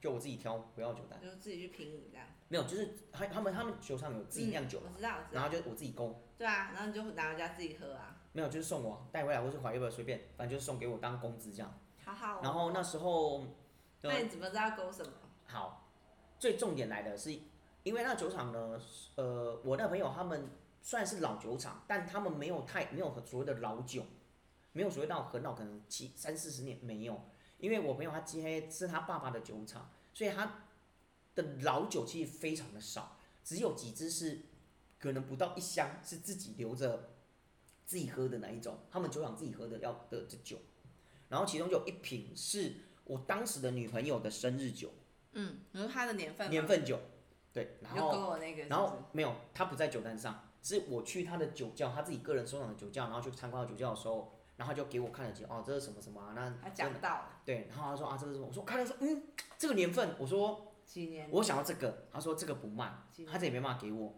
B: 就我自己挑不要酒单，
A: 就自己去评你这样。
B: 没有，就是他他们他们酒厂有
A: 嗯
B: 自己酿酒嘛，
A: 我知道，我知
B: 然后
A: 道。
B: 就我自己勾，
A: 对啊，然后你就拿回家自己喝啊，
B: 没有就是送我带回来或是 whatever 随便，反正就是送给我当工资这样。
A: 好好、哦。
B: 然后那时候。呃
A: 那你怎么知道勾什么？
B: 好，最重点来的是，因为那酒厂呢，呃，我那朋友他们虽然是老酒厂，但他们没有太没有所谓的老酒，没有所谓到很老，可能七三四十年没有。因为我朋友他接是他爸爸的酒厂，所以他的老酒其实非常的少，只有几支是可能不到一箱是自己留着自己喝的那一种，他们酒厂自己喝的要的的酒。然后其中就有一瓶是我当时的女朋友的生日酒，
A: 嗯，你说它的年份吗
B: 年份酒，对，然
A: 你就勾
B: 后
A: 我那个是不是
B: 然后没有，它不在酒单上，是我去他的酒窖，他自己个人收藏的酒窖，然后去参观到酒窖的时候，然后他就给我看了几哦，这是什么什么啊？那
A: 他讲到
B: 对，然后他说啊，这是什么？我说看了说，嗯，这个年份，我说
A: 几年，
B: 我想要这个，他说这个不卖，
A: 几
B: 他
A: 年，
B: 这也没办法给我。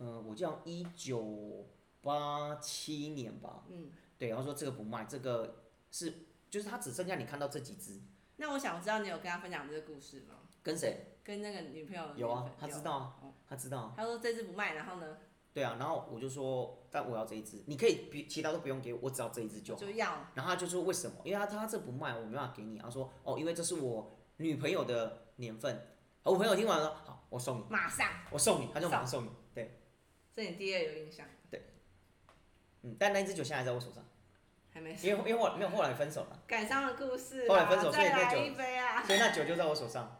B: 嗯、我叫一九八七年吧，
A: 嗯，
B: 对，然后说这个不卖，这个是就是他只剩下你看到这几只，
A: 那我想知道你有跟他分享这个故事吗？
B: 跟谁？
A: 跟那个女朋友的
B: 有啊
A: 缘，分
B: 他知，道啊
A: 哦，
B: 他知道啊。
A: 有他说这只不卖，然后呢
B: 对啊，然后我就说，但我要这一只，你可以别其他都不用给我，我只要这一只就好
A: 就。要
B: 然后他就说为什么？因为他他这不卖，我没办法给你。他说哦，因为这是我女朋友的年份。哦我朋友听完了，好，我送你，
A: 马上，
B: 我送你，他就马上送你。对，
A: 这你第二有印象，
B: 嗯，但那一只酒现在还在我手上，
A: 还没
B: 因为因为我没有后来分手了，
A: 赶上了故事啊，
B: 后来分手所以
A: 再
B: 那
A: 来
B: 酒
A: 一杯啊！
B: 所以那酒就在我手上。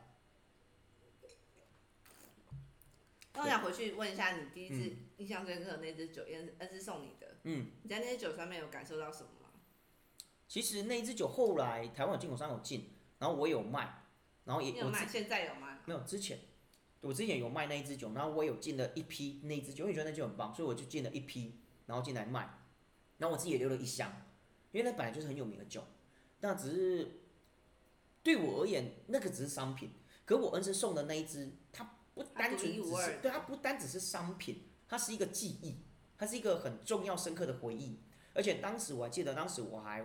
A: 那我想回去问一下，你第一次
B: 嗯
A: 印象最深刻的那支酒，也是那呃是送你的。
B: 嗯，
A: 你在那些酒上面有感受到什么吗？
B: 其实那一只酒后来台湾有进口商有进，然后我有卖，然后
A: 你
B: 也
A: 有
B: 我之
A: 卖？现在有卖？
B: 没有之前。我之前有卖那一只酒，然后我有进了一批那一只酒，因为觉得那酒很棒，所以我就进了一批，然后进来卖，然后我自己也留了一箱，因为那本来就是很有名的酒，那只是对我而言，那个只是商品。可我恩师送的那一只，它不单纯
A: 它独一
B: 只
A: 无二
B: 是对，它不单只是商品，它是一个记忆，它是一个很重要深刻的回忆。而且当时我还记得，当时我还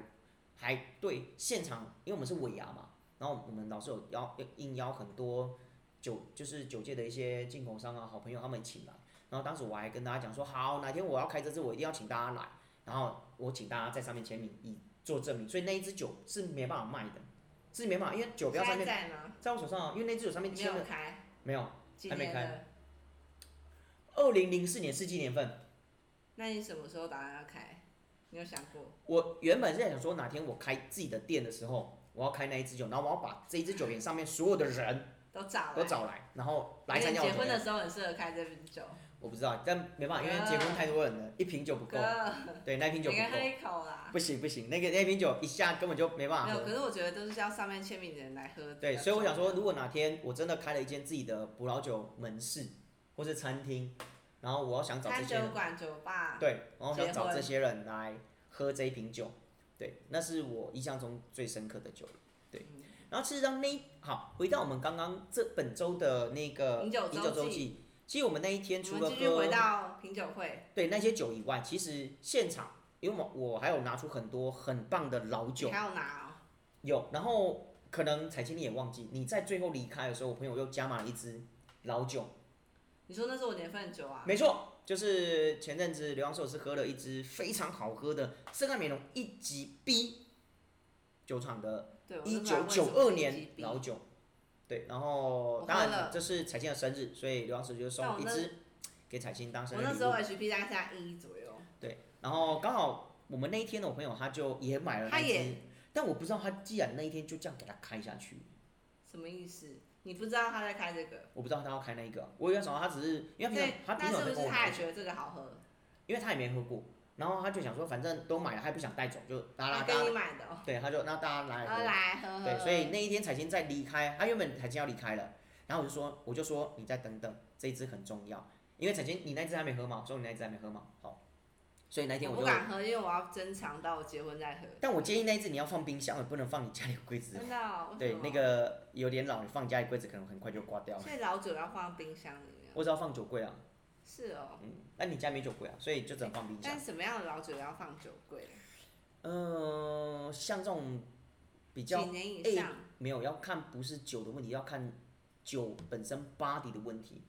B: 还对现场，因为我们是尾牙嘛，然后我们老师有邀应邀很多酒，就是酒界的一些进口商啊、好朋友他们请来。然后当时我还跟大家讲说，好，哪天我要开这支，我一定要请大家来。然后我请大家在上面签名以做证明，所以那一支酒是没办法卖的，是没办法，因为酒标上
A: 现在
B: 面
A: 在吗？
B: 在我手上啊，因为那支酒上
A: 你没
B: 面签
A: 有
B: 了
A: 开，
B: 没有？
A: 几
B: 还没
A: 年
B: 开
A: 了？
B: 二零零四年世纪年份，
A: 那你什么时候打算要开？你有想过？
B: 我原本是在想说，哪天我开自己的店的时候，我要开那一支酒，然后我要把这一支酒园上面所有的人
A: 都找
B: 都
A: 了。
B: 找来，然后来
A: 因为
B: 参
A: 你
B: 加我
A: 结婚
B: 的
A: 的
B: 酒。
A: 时候很适合开这瓶酒，
B: 我不知道，但没办法，因为结婚太多人了，一瓶酒不够，
A: 哥，
B: 对，那一瓶
A: 你
B: 酒不
A: 可以喝
B: 够，
A: 一口啦。
B: 不行不行，那个那瓶酒一下根本就没办
A: 没
B: 法
A: 有，可
B: 啊喝。
A: 是我觉得都是要上面签名的人来喝。
B: 对，所以我想说，，如果哪天我真的开了一间自己的葡萄酒门市或是餐厅，然后我要想找这
A: 餐
B: 些人
A: 酒馆、酒吧，
B: 对，然后想
A: 结
B: 找
A: 婚
B: 这些人来喝这一瓶酒，对，那是我印象中最深刻的酒了对，
A: 嗯
B: 然后事实上那一好，回到我们刚刚这本周的那个
A: 饮酒
B: 饮酒
A: 周
B: 周记，其实我们那一天
A: 我
B: 除了
A: 们继续回
B: 喝
A: 到品酒会，
B: 对那些酒以外，其实现场因为我我还有拿出很多很棒的老
A: 你
B: 酒，
A: 还有拿哦。
B: 有，然后可能彩青你也忘记，你在最后离开的时候，我朋友又加码了一支老酒，
A: 你说那是我年份的酒啊？
B: 没错，就是前阵子刘洋寿司喝了一支非常好喝的圣爱美容一级 B 酒厂的
A: 对，我
B: 一
A: 那时候
B: 九
A: 还问什
B: 九
A: 么
B: 二
A: 是
B: 年
A: GB
B: 老酒。对，然
A: 我
B: 后
A: 喝
B: 当然
A: 了
B: 这是彩青的生日，所以刘洋寿司就
A: 但我
B: 送一
A: 那
B: 支给彩青啊当生
A: 我
B: 日
A: 那时
B: 礼
A: 候
B: 物。
A: HP 大概在一左右，
B: 对，然后刚好我们那一天的我朋友他就也买了
A: 他
B: 那一
A: 也
B: 支，但我不知道他既然那一天就这样给他开下去，
A: 什么意思？你不知道他在开这个？
B: 我不知道他要开那一个，我有点想到他只是啊因为他平常
A: 对，那是
B: 他平常有在
A: 不
B: 跟
A: 是
B: 我
A: 他
B: 聊
A: 也觉得这个好喝？
B: 因为他也没喝过，然后他就想说，反正都买了，他也不想带走，就大
A: 他
B: 家大
A: 跟你嗯
B: 家，
A: 买的哦，
B: 对，他就那大家来
A: 喝
B: 喝，
A: 来喝喝。
B: 哎对，所以那一天彩青在离开，他原本彩青要离开了，然后我就说，我就说你再等等，这一支很重要，因为彩青你那支还没喝嘛，我说你那支还没喝嘛，好，所以那一天
A: 我
B: 我
A: 不
B: 就，
A: 敢喝，因为我要珍藏到我结婚再喝。
B: 但我建议那一支你要放冰箱，你不能放你家里的柜子，
A: 真的哦、为
B: 对
A: 什，么
B: 那。个有点老，你放家里柜子可能很快就挂掉了，
A: 所以老酒要放到冰箱里面。
B: 我只要放酒柜啊，
A: 是哦，
B: 嗯，那你家没酒柜啊，所以就只能放冰箱
A: 但。什么样的老酒要放酒柜？
B: 嗯、像这种比
A: 几
B: 较
A: 年以
B: 哎
A: 上？
B: 没有，要看不是酒的问题，要看酒本身 body 的问题。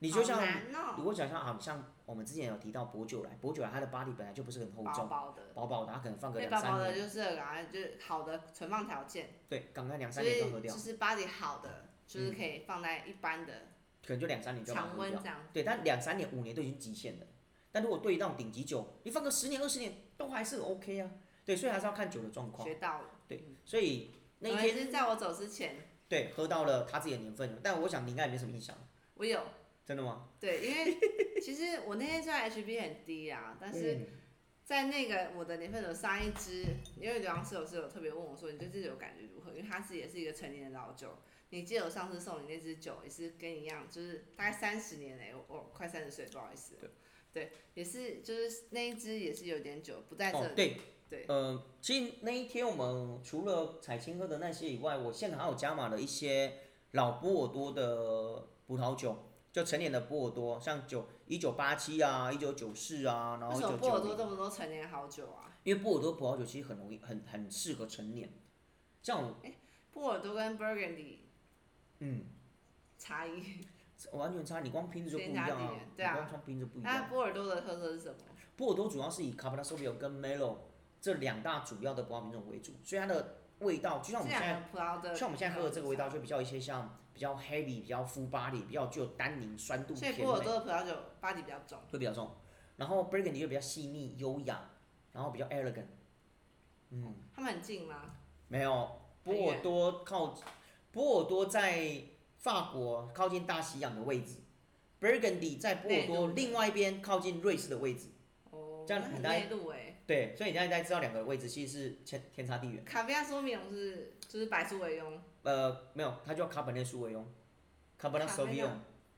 B: 你就像
A: 好，难
B: 如
A: 哦，
B: 果想象好像我们之前有提到薄酒来，薄酒来它的 body 本来就不是很厚
A: 薄
B: 重，
A: 薄的，
B: 薄薄的，它可能放个
A: 对，
B: 两
A: 薄薄
B: 三
A: 的
B: 年，
A: 就是然后就是好的存放条件，
B: 对，刚刚两
A: 所
B: 三年
A: 以
B: 就喝掉
A: 就，是 body 好的，就是可以放在一般的
B: 可能就两三年就把它
A: 常
B: 喝
A: 温
B: 掉
A: 这。样。
B: 对，但两三年、五年都已经极限了。但如果对于那种顶级酒，你放个十年、二十年都还是 OK 啊。对，所以还是要看酒的状况。
A: 学到了。
B: 所以那一
A: 我
B: 天
A: 也是在我走之前，
B: 对，喝到了他自己的年份，但我想你应该也没什么印象，
A: 我有
B: 真的吗？
A: 对，因为其实我那天虽然 HB 很低啊，但是
B: 嗯、
A: 在那个我的年份有上一支，因为刘洋室友是有特别问我说你对这酒感觉如何，因为它自己也是一个成年的老酒。你记得我上次送你那支酒也是跟你一样，就是大概三十年嘞、我我快三十岁，不好意思
B: 对。
A: 对，也是就是那一支也是有点久，不在这里。
B: 哦，对，
A: 对
B: 呃，其实那一天我们除了采青喝的那些以外，我现场还有加码了一些老波尔多的葡萄酒，就成年的波尔多，像九一九八七啊、一九九四啊，然后
A: 为
B: 一
A: 什么
B: 九
A: 波尔
B: 九
A: 多
B: 零，
A: 这么多陈年好酒啊？
B: 因为波尔多葡萄酒其实很容易、很很适合成年，像我，
A: 波尔多跟 Burgundy
B: 嗯，
A: 差异，
B: 完全差，你光拼着就不一
A: 天
B: 样
A: 差地
B: 啊
A: 远，
B: 你
A: 对啊
B: 光光拼着不一
A: 那
B: 样。
A: 波尔多的特色是什么？
B: 波尔多主要是以 Cabernet Sauvignon 跟 Merlot 这两大主要的葡萄品种为主，所以它的味道就像我
A: 这
B: 们现在
A: 两个葡萄的，
B: 像我们现在喝的这个
A: 嗯
B: 味道，就比较一些像比较 heavy、比较 full body、比较具有单宁、酸度、
A: 所以
B: 甜
A: 波尔
B: 美，
A: 多的葡萄酒 body 比较重。
B: 会比较重。然后 Burgundy 就比较细腻、优雅，然后比较 elegant。嗯，
A: 他们很近吗？
B: 没有
A: 很
B: 波
A: 远
B: 尔多靠波尔多在法国靠近大西洋的位置，Burgundy 在波尔
A: 内陆
B: 多另外一边靠近瑞士的位置。
A: 哦，
B: 这样
A: 那
B: 很
A: 很
B: 大
A: 内陆哎。
B: 对，所以你现在知道两个位置其实是天天差地远。
A: 卡菲亚说明是就是白苏维翁，
B: 呃，没有，它叫卡本内苏维翁 c a b e r n e t Sauvignon。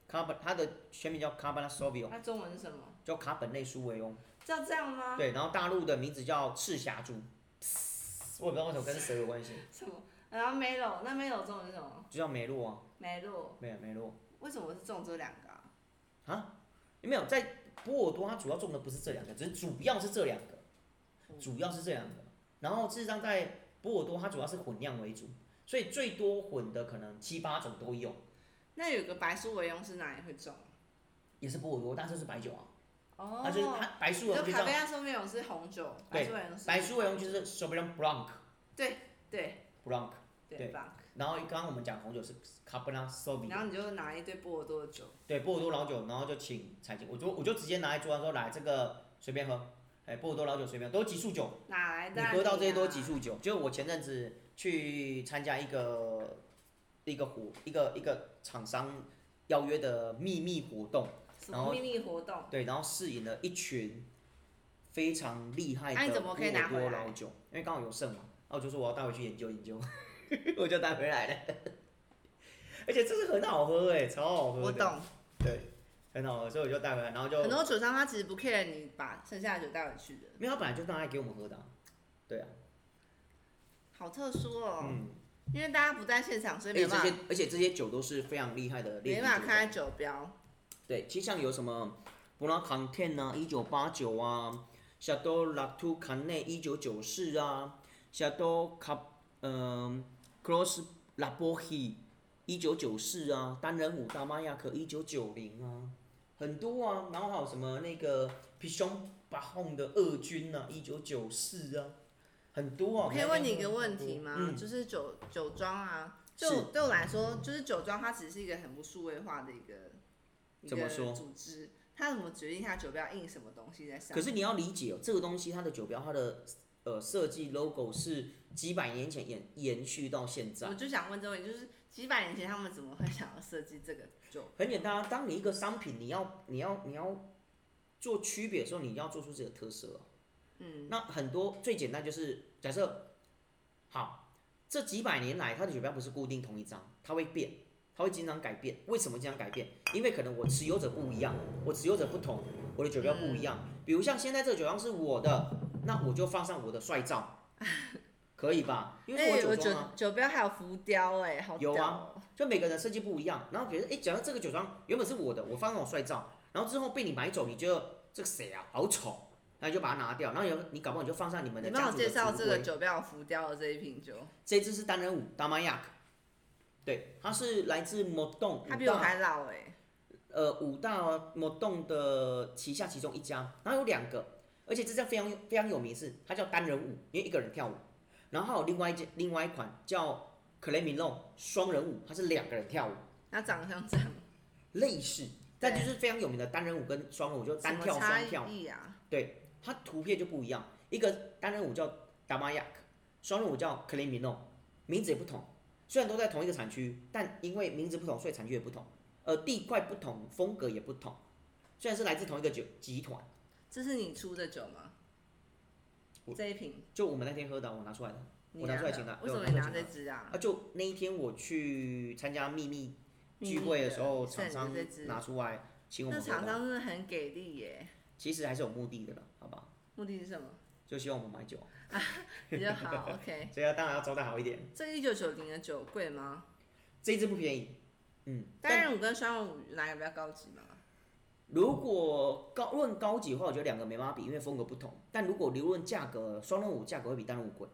B: 卡本，它的全名叫 Cabernet Sauvignon。
A: 那中文是什么？
B: 叫卡本内苏维翁，
A: 叫这样吗？
B: 对，然后大陆的名字叫赤霞珠，我也不知道为什么跟蛇有关系，
A: 什么？然后梅洛，那梅洛中文是什么？
B: 就叫梅洛啊，
A: 梅洛，
B: 没有梅洛
A: 为什么是中这两个啊？
B: 啊，没有在波尔多，它主要种的不是这两个，只是主要是这两个，
A: 嗯
B: 主要是这两个，然后事实上在波尔多，它主要是混酿为主，所以最多混的可能七八种都有，
A: 那有个白苏维翁是哪里会中？
B: 也是波尔多，但是是白酒啊，
A: 哦，
B: 它就是它白苏维
A: 就
B: 翁就
A: 卡
B: 叫
A: 菲亚说明是红酒，白
B: 对
A: 苏维翁是
B: 白苏维翁就是 s a u v i g n Blanc
A: 对
B: Blanc，
A: 对
B: 对
A: 吧？
B: 然后刚刚我们讲红酒是 Cabernet Sauvignon
A: 然。后你就拿一堆波尔多的酒，
B: 对波尔多老酒，然后就请彩金，我就我就直接拿来桌上说来这个随便喝，哎，波尔多老酒随便喝，都是级数酒，
A: 哪来
B: 你
A: 的啊？
B: 喝到这些都是级
A: 你啊
B: 数酒。就我前阵子去参加一个一个活一个一个厂商邀约的秘密活动，
A: 什
B: 然
A: 么
B: 后
A: 秘密活动？
B: 对，然后试饮了一群非常厉害
A: 那你
B: 的
A: 怎
B: 波
A: 么可以拿
B: 尔
A: 回
B: 多
A: 来
B: 老酒，因为刚好有剩嘛，然后我就说我要带回去研究研究， 我就带回来了，而且这是很好喝哎、超好喝的。
A: 我懂，
B: 对，很好喝，所以我就带回来，然后就
A: 很多酒商他其实不 care 你把剩下的酒带回去的，
B: 没有，他本来就拿来给我们喝的啊、对啊，
A: 好特殊哦。
B: 嗯，
A: 因为大家不在现场，所
B: 而
A: 以没
B: 且哎这
A: 办
B: 些
A: 法
B: 而且这些酒都是非常厉害的烈
A: 没
B: 酒
A: 办法
B: 酒
A: 看到酒
B: 哦
A: 标。
B: 对，其实像有什么勃朗康天啊，一九八九啊，夏多拉图坎内一九九四啊，夏多卡嗯 cross 拉波希一九九四啊，单人舞大玛雅克一九九零啊，很多啊，然后还有什么那个皮胸巴轰的俄军啊，一九九四啊，很多啊。
A: 我可以问你一个问题
B: 吗？
A: 吗？
B: 嗯
A: 就是酒酒庄啊，
B: 是
A: 就对我来说，就是酒庄它只是一个很不数位化的一个一
B: 怎么
A: 个
B: 说
A: 组织，它怎么决定它酒标印什么东西在上
B: 可
A: 面？
B: 是你要理解、哦，这个东西它的酒标，它的呃设计 logo 是几百年前延延续到现在
A: 我。就想问这个问题，就是几百年前他们怎么会想要设计这个酒？
B: 很简单啊，当你一个商品，你要你要你要做区别的时候，你要做出自己的特色、啊。
A: 嗯，
B: 那很多最简单就是假设，好，这几百年来它的酒标不是固定同一张，它会变，它会经常改变。为什么经常改变？因为可能我持有者不一样，我持有者不同，我的酒标不一样。比如像现在这个酒标是我的，那我就放上我的帅照，可以吧？因为是
A: 哎我
B: 我酒
A: 酒
B: 庄啊。
A: 酒标还有浮雕哎、好屌、
B: 有啊
A: 哦！
B: 就每个人设计不一样。然后比如说，哎，假如这个酒庄原本是我的，我放那种帅照，然后之后被你买走，你觉得这个谁啊，好丑，那你就把它拿掉。然后有你搞不好你就放上你们的
A: 你帮
B: 家
A: 我
B: 族的
A: 介绍
B: 族
A: 这个
B: 徽
A: 酒标有浮雕的这一瓶酒，
B: 这一支是单人舞大玛雅克，对，它是来自某洞，
A: 它
B: 武
A: 比我
B: 大
A: 还老哎、
B: 呃五大某洞的旗下其中一家，然后有两个，而且这家非常非常有名是，它叫单人舞，因为一个人跳舞，然后还有另外一件另外一款叫 c l e m i l o 双人舞，它是两个人跳舞。
A: 它长得像这样，
B: 类似，但就是非常有名的单人舞跟双人舞，就
A: 什
B: 单
A: 么
B: 跳
A: 差
B: 双跳，
A: 异啊？
B: 它图片就不一样。一个单人舞叫 Damayak，双人舞叫 c l e m i n o 名字也不同。虽然都在同一个产区，但因为名字不同，所以产区也不同，呃，地块不同，风格也不同。虽然是来自同一个酒集团，
A: 这是你出的酒吗
B: 我？
A: 这一瓶
B: 就我们那天喝的，我拿出来的。
A: 你
B: 我拿出来
A: 的
B: 请他
A: 为什么
B: 对
A: 你
B: 我拿
A: 拿
B: 出来
A: 这
B: 请他
A: 支啊
B: 啊，？就那一天我去参加秘密聚会的时候，
A: 秘密
B: 厂
A: 的
B: 商
A: 是你这支
B: 拿出来请我
A: 那
B: 们喝
A: 厂
B: 的。
A: 商真的很给力耶，
B: 其实还是有目的的了，好吧？
A: 目的是什 么？
B: 就希望我们买酒，
A: 比较好，OK。
B: 所以要当然要招待好一点。
A: 这一九九零的酒贵吗？
B: 这一支不便宜，嗯，
A: 单
B: 但
A: 人舞跟双人舞哪个比较高级嘛？
B: 如果高论高级的话，我觉得两个没办法比，因为风格不同。但如果论价格，双人舞价格会比单人舞贵，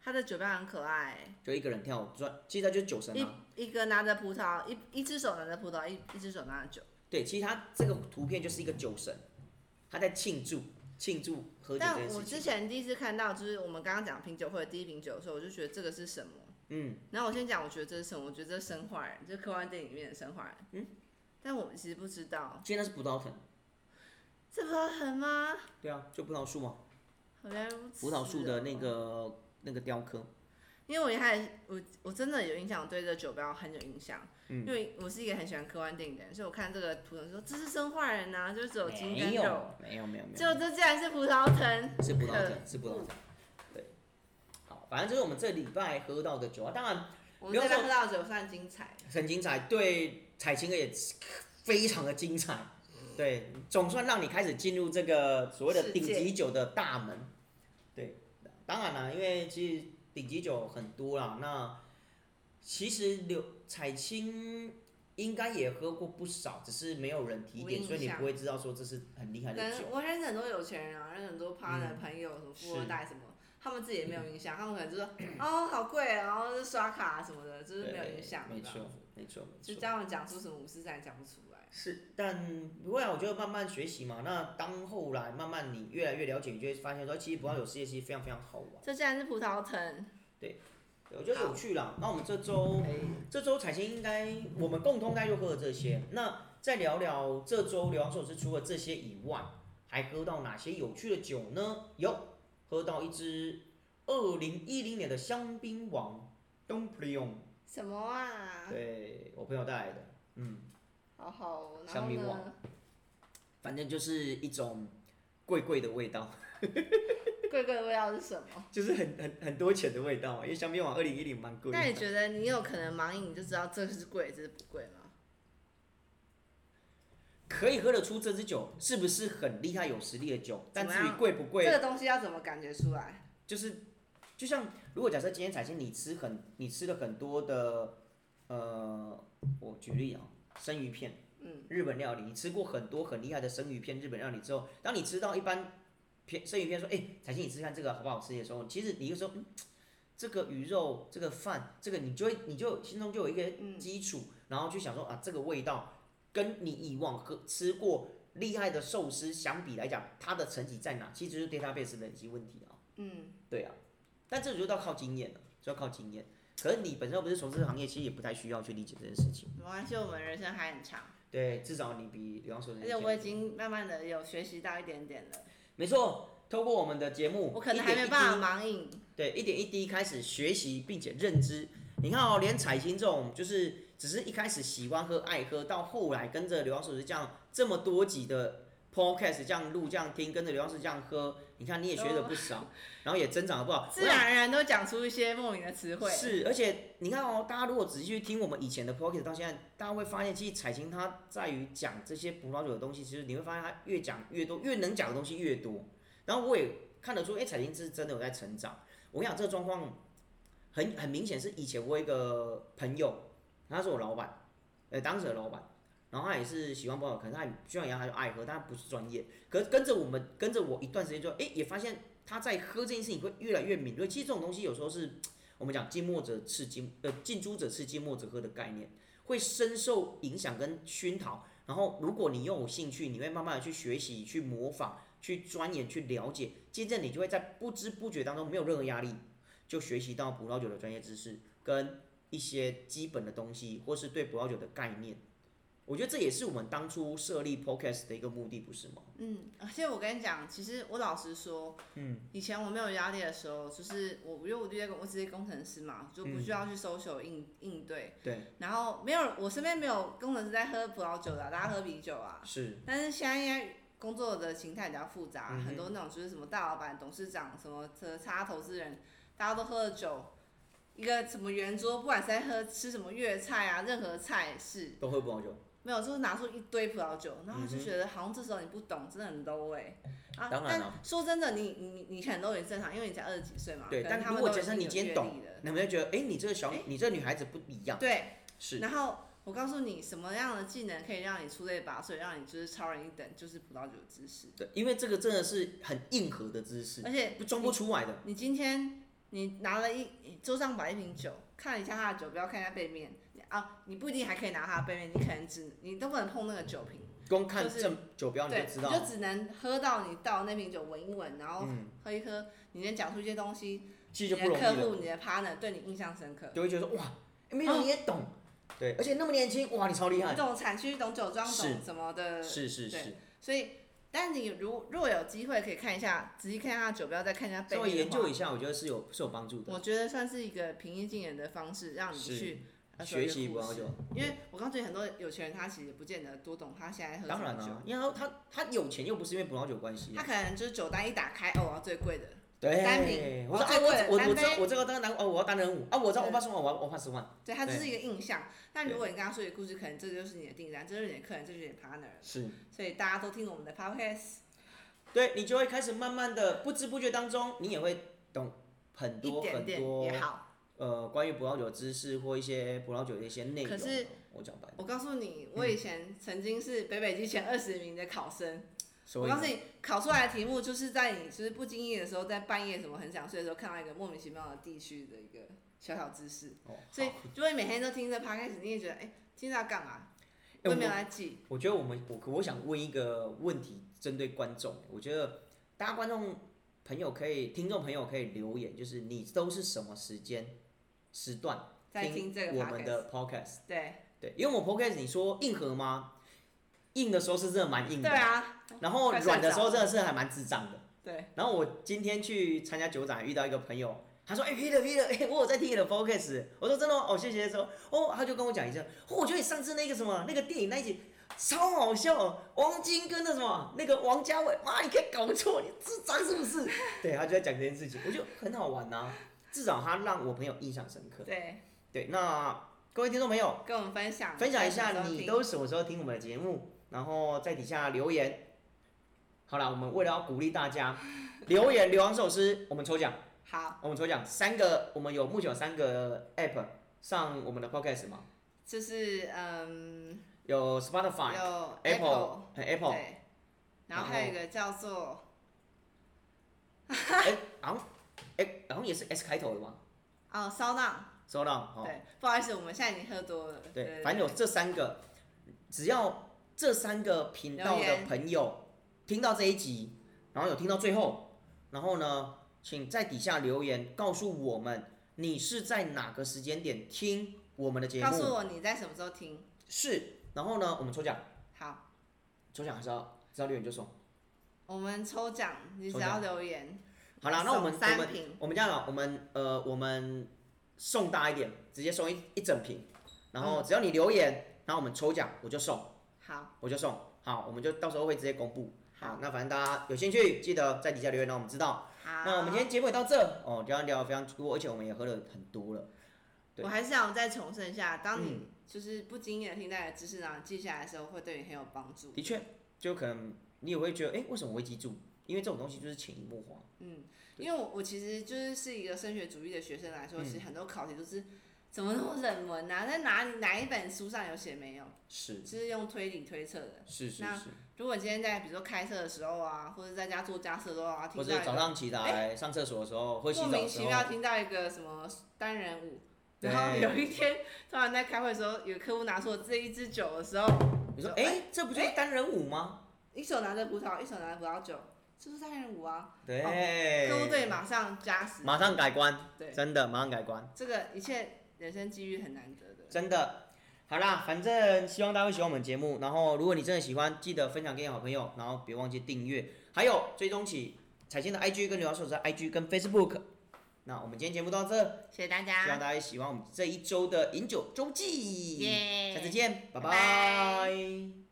A: 他的酒标很可爱，
B: 就一个人跳赚，其实它就是酒神啊。
A: 一个拿着葡萄，一一只手拿着葡萄，一一只手拿着酒。
B: 对，其实它这个图片就是一个酒神，他在庆祝庆祝喝酒这
A: 但
B: 件
A: 我
B: 事
A: 之
B: 情。
A: 前第一次看到，就是我们刚刚讲品酒会的第一瓶酒的时候，我就觉得这个是什么？
B: 嗯，
A: 然后我先讲，我觉得这是什么？我觉得这是生化人，就是科幻电影里面的生化人。
B: 嗯，
A: 但我其实不知道，
B: 其实那是葡萄藤，
A: 这葡萄藤吗？
B: 对啊，就葡萄树嘛，
A: 原来如此。
B: 葡萄树的那，个那个雕刻。
A: 哦因为我一开始我我真的有印象，我对这个酒标很有印象，因
B: 嗯
A: 为我是一个很喜欢科幻电影的人，所以我看这个图腾说这是生化人呐、就是只有筋跟
B: 没
A: 肉，
B: 有没有没有没
A: 结果
B: 有，
A: 这竟然是葡萄藤。
B: 是葡萄
A: 可
B: 藤，是葡萄藤。对，好，反正就是我们这礼拜喝到的酒啊，当然。
A: 我们这边喝到的酒算精彩，
B: 很精彩，对彩青也非常的精彩，对，总算让你开始进入这个所谓的
A: 世界
B: 顶级酒的大门。对，当然啦，因为其实顶级酒很多啦，那其实刘彩青应该也喝过不少，只是没有人提
A: 无
B: 点，
A: 印
B: 所以你
A: 象
B: 不会知道说这是很厉害的酒
A: 但。我认识很多有钱人啊，认识很多 partner 朋友，什么富二
B: 嗯是嗯
A: 代什么。他们自己也没有影响，他们可能就说 哦好贵哦，然后就刷卡什么的，就是没有影响。
B: 没
A: 这样
B: 错
A: 子，
B: 没错，没
A: 就
B: 错。
A: 叫他们讲出什么五四三也讲不出来。
B: 是，但不会啊，我觉得慢慢学习嘛。那当后来慢慢你越来越了解，你就会发现说，其实葡萄酒世界其实非常非常好玩，
A: 这竟然是葡萄藤，
B: 对我觉得有趣啦。那我们这周
A: 哎
B: 这周彩星应该我们共同应该就喝了这些。那再聊聊这周流浪手是除了这些以外，还喝到哪些有趣的酒呢？有喝到一支二零一零年的香槟王 d o m p l i o n
A: 什么啊？
B: 对我朋友带来的，嗯。
A: 好好哦，然
B: 香
A: 后
B: 槟
A: 呢
B: 王？反正就是一种贵贵的味道，
A: 贵贵的味道是什么？
B: 就是很很很多钱的味道。因为香槟王二零一零蛮贵的，
A: 那你觉得你有可能盲饮就知道这是贵，这是不贵吗？
B: 可以喝得出这支酒是不是很厉害、有实力的酒？但至
A: 怎么
B: 于
A: 样
B: 贵不
A: 这
B: 贵，
A: 个东西要怎么感觉出来？
B: 就是就像如果假设今天彩星你吃很你吃了很多的呃，我举例啊，生鱼片，
A: 嗯，
B: 日本料理，你吃过很多很厉害的生鱼片、日本料理之后，当你吃到一般片生鱼片说：“哎、彩青，你吃看这个好不好吃？”的时候，其实你就说：“嗯，这个鱼肉、这个饭、这个你就会你就心中就有一个基础，然后去想说啊，这个味道跟你以往喝吃过厉害的寿司相比来讲，它的成绩在哪？其实就是 database 的累积问题啊。
A: 嗯，
B: 对啊，但这就要靠经验了，就要靠经验。可是你本身又不是从事这个行业，其实也不太需要去理解这件事情。
A: 没关系，我们人生还很长，
B: 对，至少你比比方说，
A: 而且我已经慢慢的有学习到一点点了，
B: 没错，透过我们的节目，
A: 我可能还没办法盲饮。
B: 法，对，一点一滴开始学习并且认知。你看哦，连彩星这种就是只是一开始喜欢喝、爱喝，到后来跟着刘老师这样这么多集的 podcast 这样录、这样听，跟着刘老师这样喝，你看你也学了不少，然后也增长了不少。
A: 哦自然而然都讲出一些莫名的词汇。
B: 是，而且你看哦，大家如果仔细去听我们以前的 p o c k e t 到现在，大家会发现，其实彩琴它在于讲这些葡萄酒的东西，其实你会发现它越讲越多，越能讲的东西越多。然后我也看得出，哎、彩琴是真的有在成长。我跟你讲，这个状况很很明显，是以前我有一个朋友，他是我老板，呃，当时的老板。然后他也是喜欢葡萄酒，可能他也虽然一样，他就爱喝，但他不是专业。可是跟着我们，跟着我一段时间之后，哎，也发现他在喝这件事情会越来越敏锐。其实这种东西有时候是我们讲近墨者赤近，呃，近朱者赤，近墨者黑的概念，会深受影响跟熏陶。然后，如果你又有兴趣，你会慢慢的去学习、去模仿、去钻研、去了解，渐渐你就会在不知不觉当中没有任何压力，就学习到葡萄酒的专业知识跟一些基本的东西，或是对葡萄酒的概念。我觉得这也是我们当初设立 Podcast 的一个目的，不是吗？
A: 嗯，而且我跟你讲，其实我老实说，嗯，以前我没有压力的时候，就是我因为我对我职业工程师嘛，就
B: 嗯
A: 不需要去 social 应、应对，
B: 对，
A: 然后没有我身边没有工程师在喝葡萄酒的啊、大家喝啤酒啊。
B: 是，
A: 但是现在应该工作的形态比较复杂，
B: 嗯哼
A: 很多那种就是什么大老板、董事长、什么的差投资人，大家都喝了酒，一个什么圆桌，不管是在喝吃什么粤菜啊，任何菜式，
B: 都喝葡萄酒，
A: 没有，就是拿出一堆葡萄酒，然后就觉得好像这时候你不懂，真的很 low 哎、啊，
B: 当然了
A: 但说真的，你你你很 low 也正常，因为你才二十几岁嘛。
B: 对
A: 可能
B: 但
A: 他们
B: 如果
A: 都有
B: 假设你
A: 有
B: 今天
A: 阅
B: 懂
A: 历的，
B: 你们就觉得，哎，你这个小，你这个女孩子不一样，
A: 对，
B: 是
A: 然后我告诉你，什么样的技能可以让你出类拔萃，让你就是超人一等，就是葡萄酒知识。
B: 对，因为这个真的是很硬核的知识，
A: 而且
B: 不装不出来的。
A: 你今天你拿了一桌上摆一瓶酒，看一下它的酒标，看一下背面啊，你不一定还可以拿它的背面，你可能只你都不能碰那个酒瓶，
B: 光看
A: 就是
B: 正酒标你
A: 对，
B: 就知道了，
A: 你就只能喝到你倒那瓶酒闻一闻，然后
B: 嗯，
A: 喝一喝，你能讲出一些东西，
B: 其
A: 你
B: 实就
A: 的
B: 不容易
A: 客
B: 了。
A: 户、你嗯的 partner 对你印象深刻。
B: 就会觉得说哇，欸没有你也懂，对，而且那么年轻，哇，你超厉
A: 你
B: 害，
A: 懂产区，懂酒庄，懂
B: 是
A: 什么的
B: 是是
A: 对
B: 是，
A: 所以，但你如若有机会可以看一下，仔细看一下它的酒标，再看一下背
B: 稍
A: 面
B: 微
A: 的
B: 研究
A: 话
B: 一下，我觉得是有是有帮助的，
A: 我觉得算是一个平易近人的方式，让你
B: 是
A: 去呃
B: 学习葡萄。
A: 熟悉这个
B: 酒
A: 故事，因为我告诉你，很多有钱人他其实不见得多懂他现在喝什
B: 当然啊
A: 么
B: 啦、
A: 酒，
B: 因为他他他有钱又不是因为葡萄酒关系
A: 他，可能就是酒单一打开，哦，我要最贵的，单
B: 对
A: 品，
B: 我说
A: 最
B: 啊，我
A: 贵的单
B: 我我知道
A: 杯
B: 我这个当然哦，我要单人舞啊，我知道
A: 对
B: 我八十万，我要我八十万，
A: 对他就
B: 对
A: 是一个印象。但如
B: 对
A: 果你跟他说一个故事，可能这就是你的订单，这就是你的客人，这就是你的 partner。
B: 是，
A: 所以大家都听我们的 podcast，
B: 对你就会开始慢慢的不知不觉当中，你也会懂很
A: 一
B: 多
A: 点
B: 很
A: 点
B: 多
A: 也好。
B: 呃关于葡萄酒的知识或一些葡萄酒的一些内容
A: 可
B: 啊，
A: 是
B: 我讲白了，
A: 我告诉你，我
B: 嗯
A: 以前曾经是北北基前二十名的考生。
B: 所
A: 我
B: 以
A: 告诉你，考出来的题目就是在你就是不经意的时候，在半夜什么很想睡的时候，看到一个莫名其妙的地区的一个小小知识。
B: 哦
A: 所以
B: 好，
A: 如果你每天都听这 podcast，你也觉得哎、听这要干嘛？
B: 哎
A: 我也没
B: 我
A: 有来记。
B: 我觉得我们我我想问一个问题，针对观众，我觉得大家观众朋友可以，听众朋友可以留言，就是你都是什么时间时段
A: 在听这个
B: 我
A: podcast，
B: 们的 podcast？
A: 对
B: 对，因为我们 podcast 你说硬核吗？硬的时候是真的蛮硬的，
A: 对啊，
B: 然后
A: 快睡
B: 软的时候
A: 着
B: 真的是还蛮智障的。
A: 对，
B: 然后我今天去参加酒展，遇到一个朋友，他说：“哎、p e t e r Peter，哎、我有在听你的 podcast。”我说：“真的吗？”哦，谢谢。说：“哦，他就跟我讲一下，哦，我觉得你上次那个什么那个电影那一集超好笑，王晶跟那什么那个王家卫，妈，你可以搞错，你智障是不是？” 对，他就在讲这件事情，我就很好玩呐、至少他让我朋友印象深刻。
A: 对，
B: 对，那各位听众朋友，
A: 跟我们分享
B: 分享
A: 在
B: 一
A: 什
B: 下
A: 么时候
B: 你
A: 听
B: 都什么时候听我们的节目，然后在底下留言。好啦，我们为了要鼓励大家留言留两首诗，我们抽奖，
A: 好，
B: 我们抽奖三个，我们有目前有三个 app 上我们的 podcast 嘛，
A: 就是嗯，
B: 有 Spotify、
A: 有
B: Apple、哎 Apple，
A: 对，然后还有一个叫做
B: 哎，好像哎，好像也是 S 开头的嘛，
A: 哦骚浪，
B: 收到，好，
A: 对，不好意思，我们现在已经喝多了，
B: 对，反正有这三个，只要这三个频道
A: 留
B: 的
A: 言
B: 朋友听到这一集，然后有听到最后，然后呢，请在底下留言告诉我们你是在哪个时间点听我们的节
A: 告诉
B: 目，
A: 我你在什么时候听，
B: 是，然后呢，我们抽奖，
A: 好。
B: 抽奖还是要只要留言就送。
A: 我们抽奖，你只
B: 抽
A: 要
B: 奖
A: 留言。
B: 好啦，那我们
A: 送
B: 我
A: 三
B: 们
A: 瓶，
B: 我们这样啊，我们呃我们送大一点，直接送一一整瓶，然后
A: 嗯
B: 只要你留言，然后我们抽奖我就送。
A: 好，
B: 我就送。好，我们就到时候会直接公布。
A: 好
B: 好，那反正大家有兴趣，记得在底下留言，让我们知道。
A: 好。
B: 那我们今天节目也到这哦，聊一聊得非常多，而且我们也喝了很多了。对嗯
A: 我还是想再重申一下，当你就是不经意的听到你的知识，然后你记下来的时候，会对你很有帮助。
B: 的确，就可能你也会觉得，哎、为什么我会记住？因为这种东西就是潜移默化。
A: 嗯，因为我我其实就是是一个升学主义的学生来说，
B: 嗯
A: 其实很多考题都是怎么那么冷门啊？在哪里哪一本书上有写没有？
B: 是
A: 就是用推理推测的。
B: 是是
A: 那
B: 是，
A: 如果你今天在比如说开车的时候啊，或者在家做家事的时候啊，听到
B: 或者
A: 一
B: 早
A: 个
B: 上起来、上厕所的时候，或洗
A: 莫
B: 澡的
A: 名其
B: 时候，
A: 妙听到一个什么单人舞，
B: 对
A: 然后有一天突然在开会的时候，有客户拿出了这一支酒的时候，
B: 你说，
A: 就
B: 哎、这不就是单人舞吗？
A: 一手拿着葡萄，一手拿着葡萄酒，这是单人舞啊！
B: 对，
A: 客户对马上加十，
B: 马上改观，
A: 对，
B: 真的马上改观。
A: 这个一切人生机遇很难得的。
B: 真的。好啦，反正希望大家会喜欢我们节目。然后，如果你真的喜欢，记得分享给你好朋友，然后别忘记订阅，还有追踪起彩线的 IG 跟刘老师的 IG 跟 Facebook。那我们今天节目到这，希
A: 谢谢大
B: 望
A: 家，
B: 大家喜欢我们这一周的饮酒周记。
A: 耶！
B: 下次见，
A: 拜
B: 拜
A: 拜
B: 拜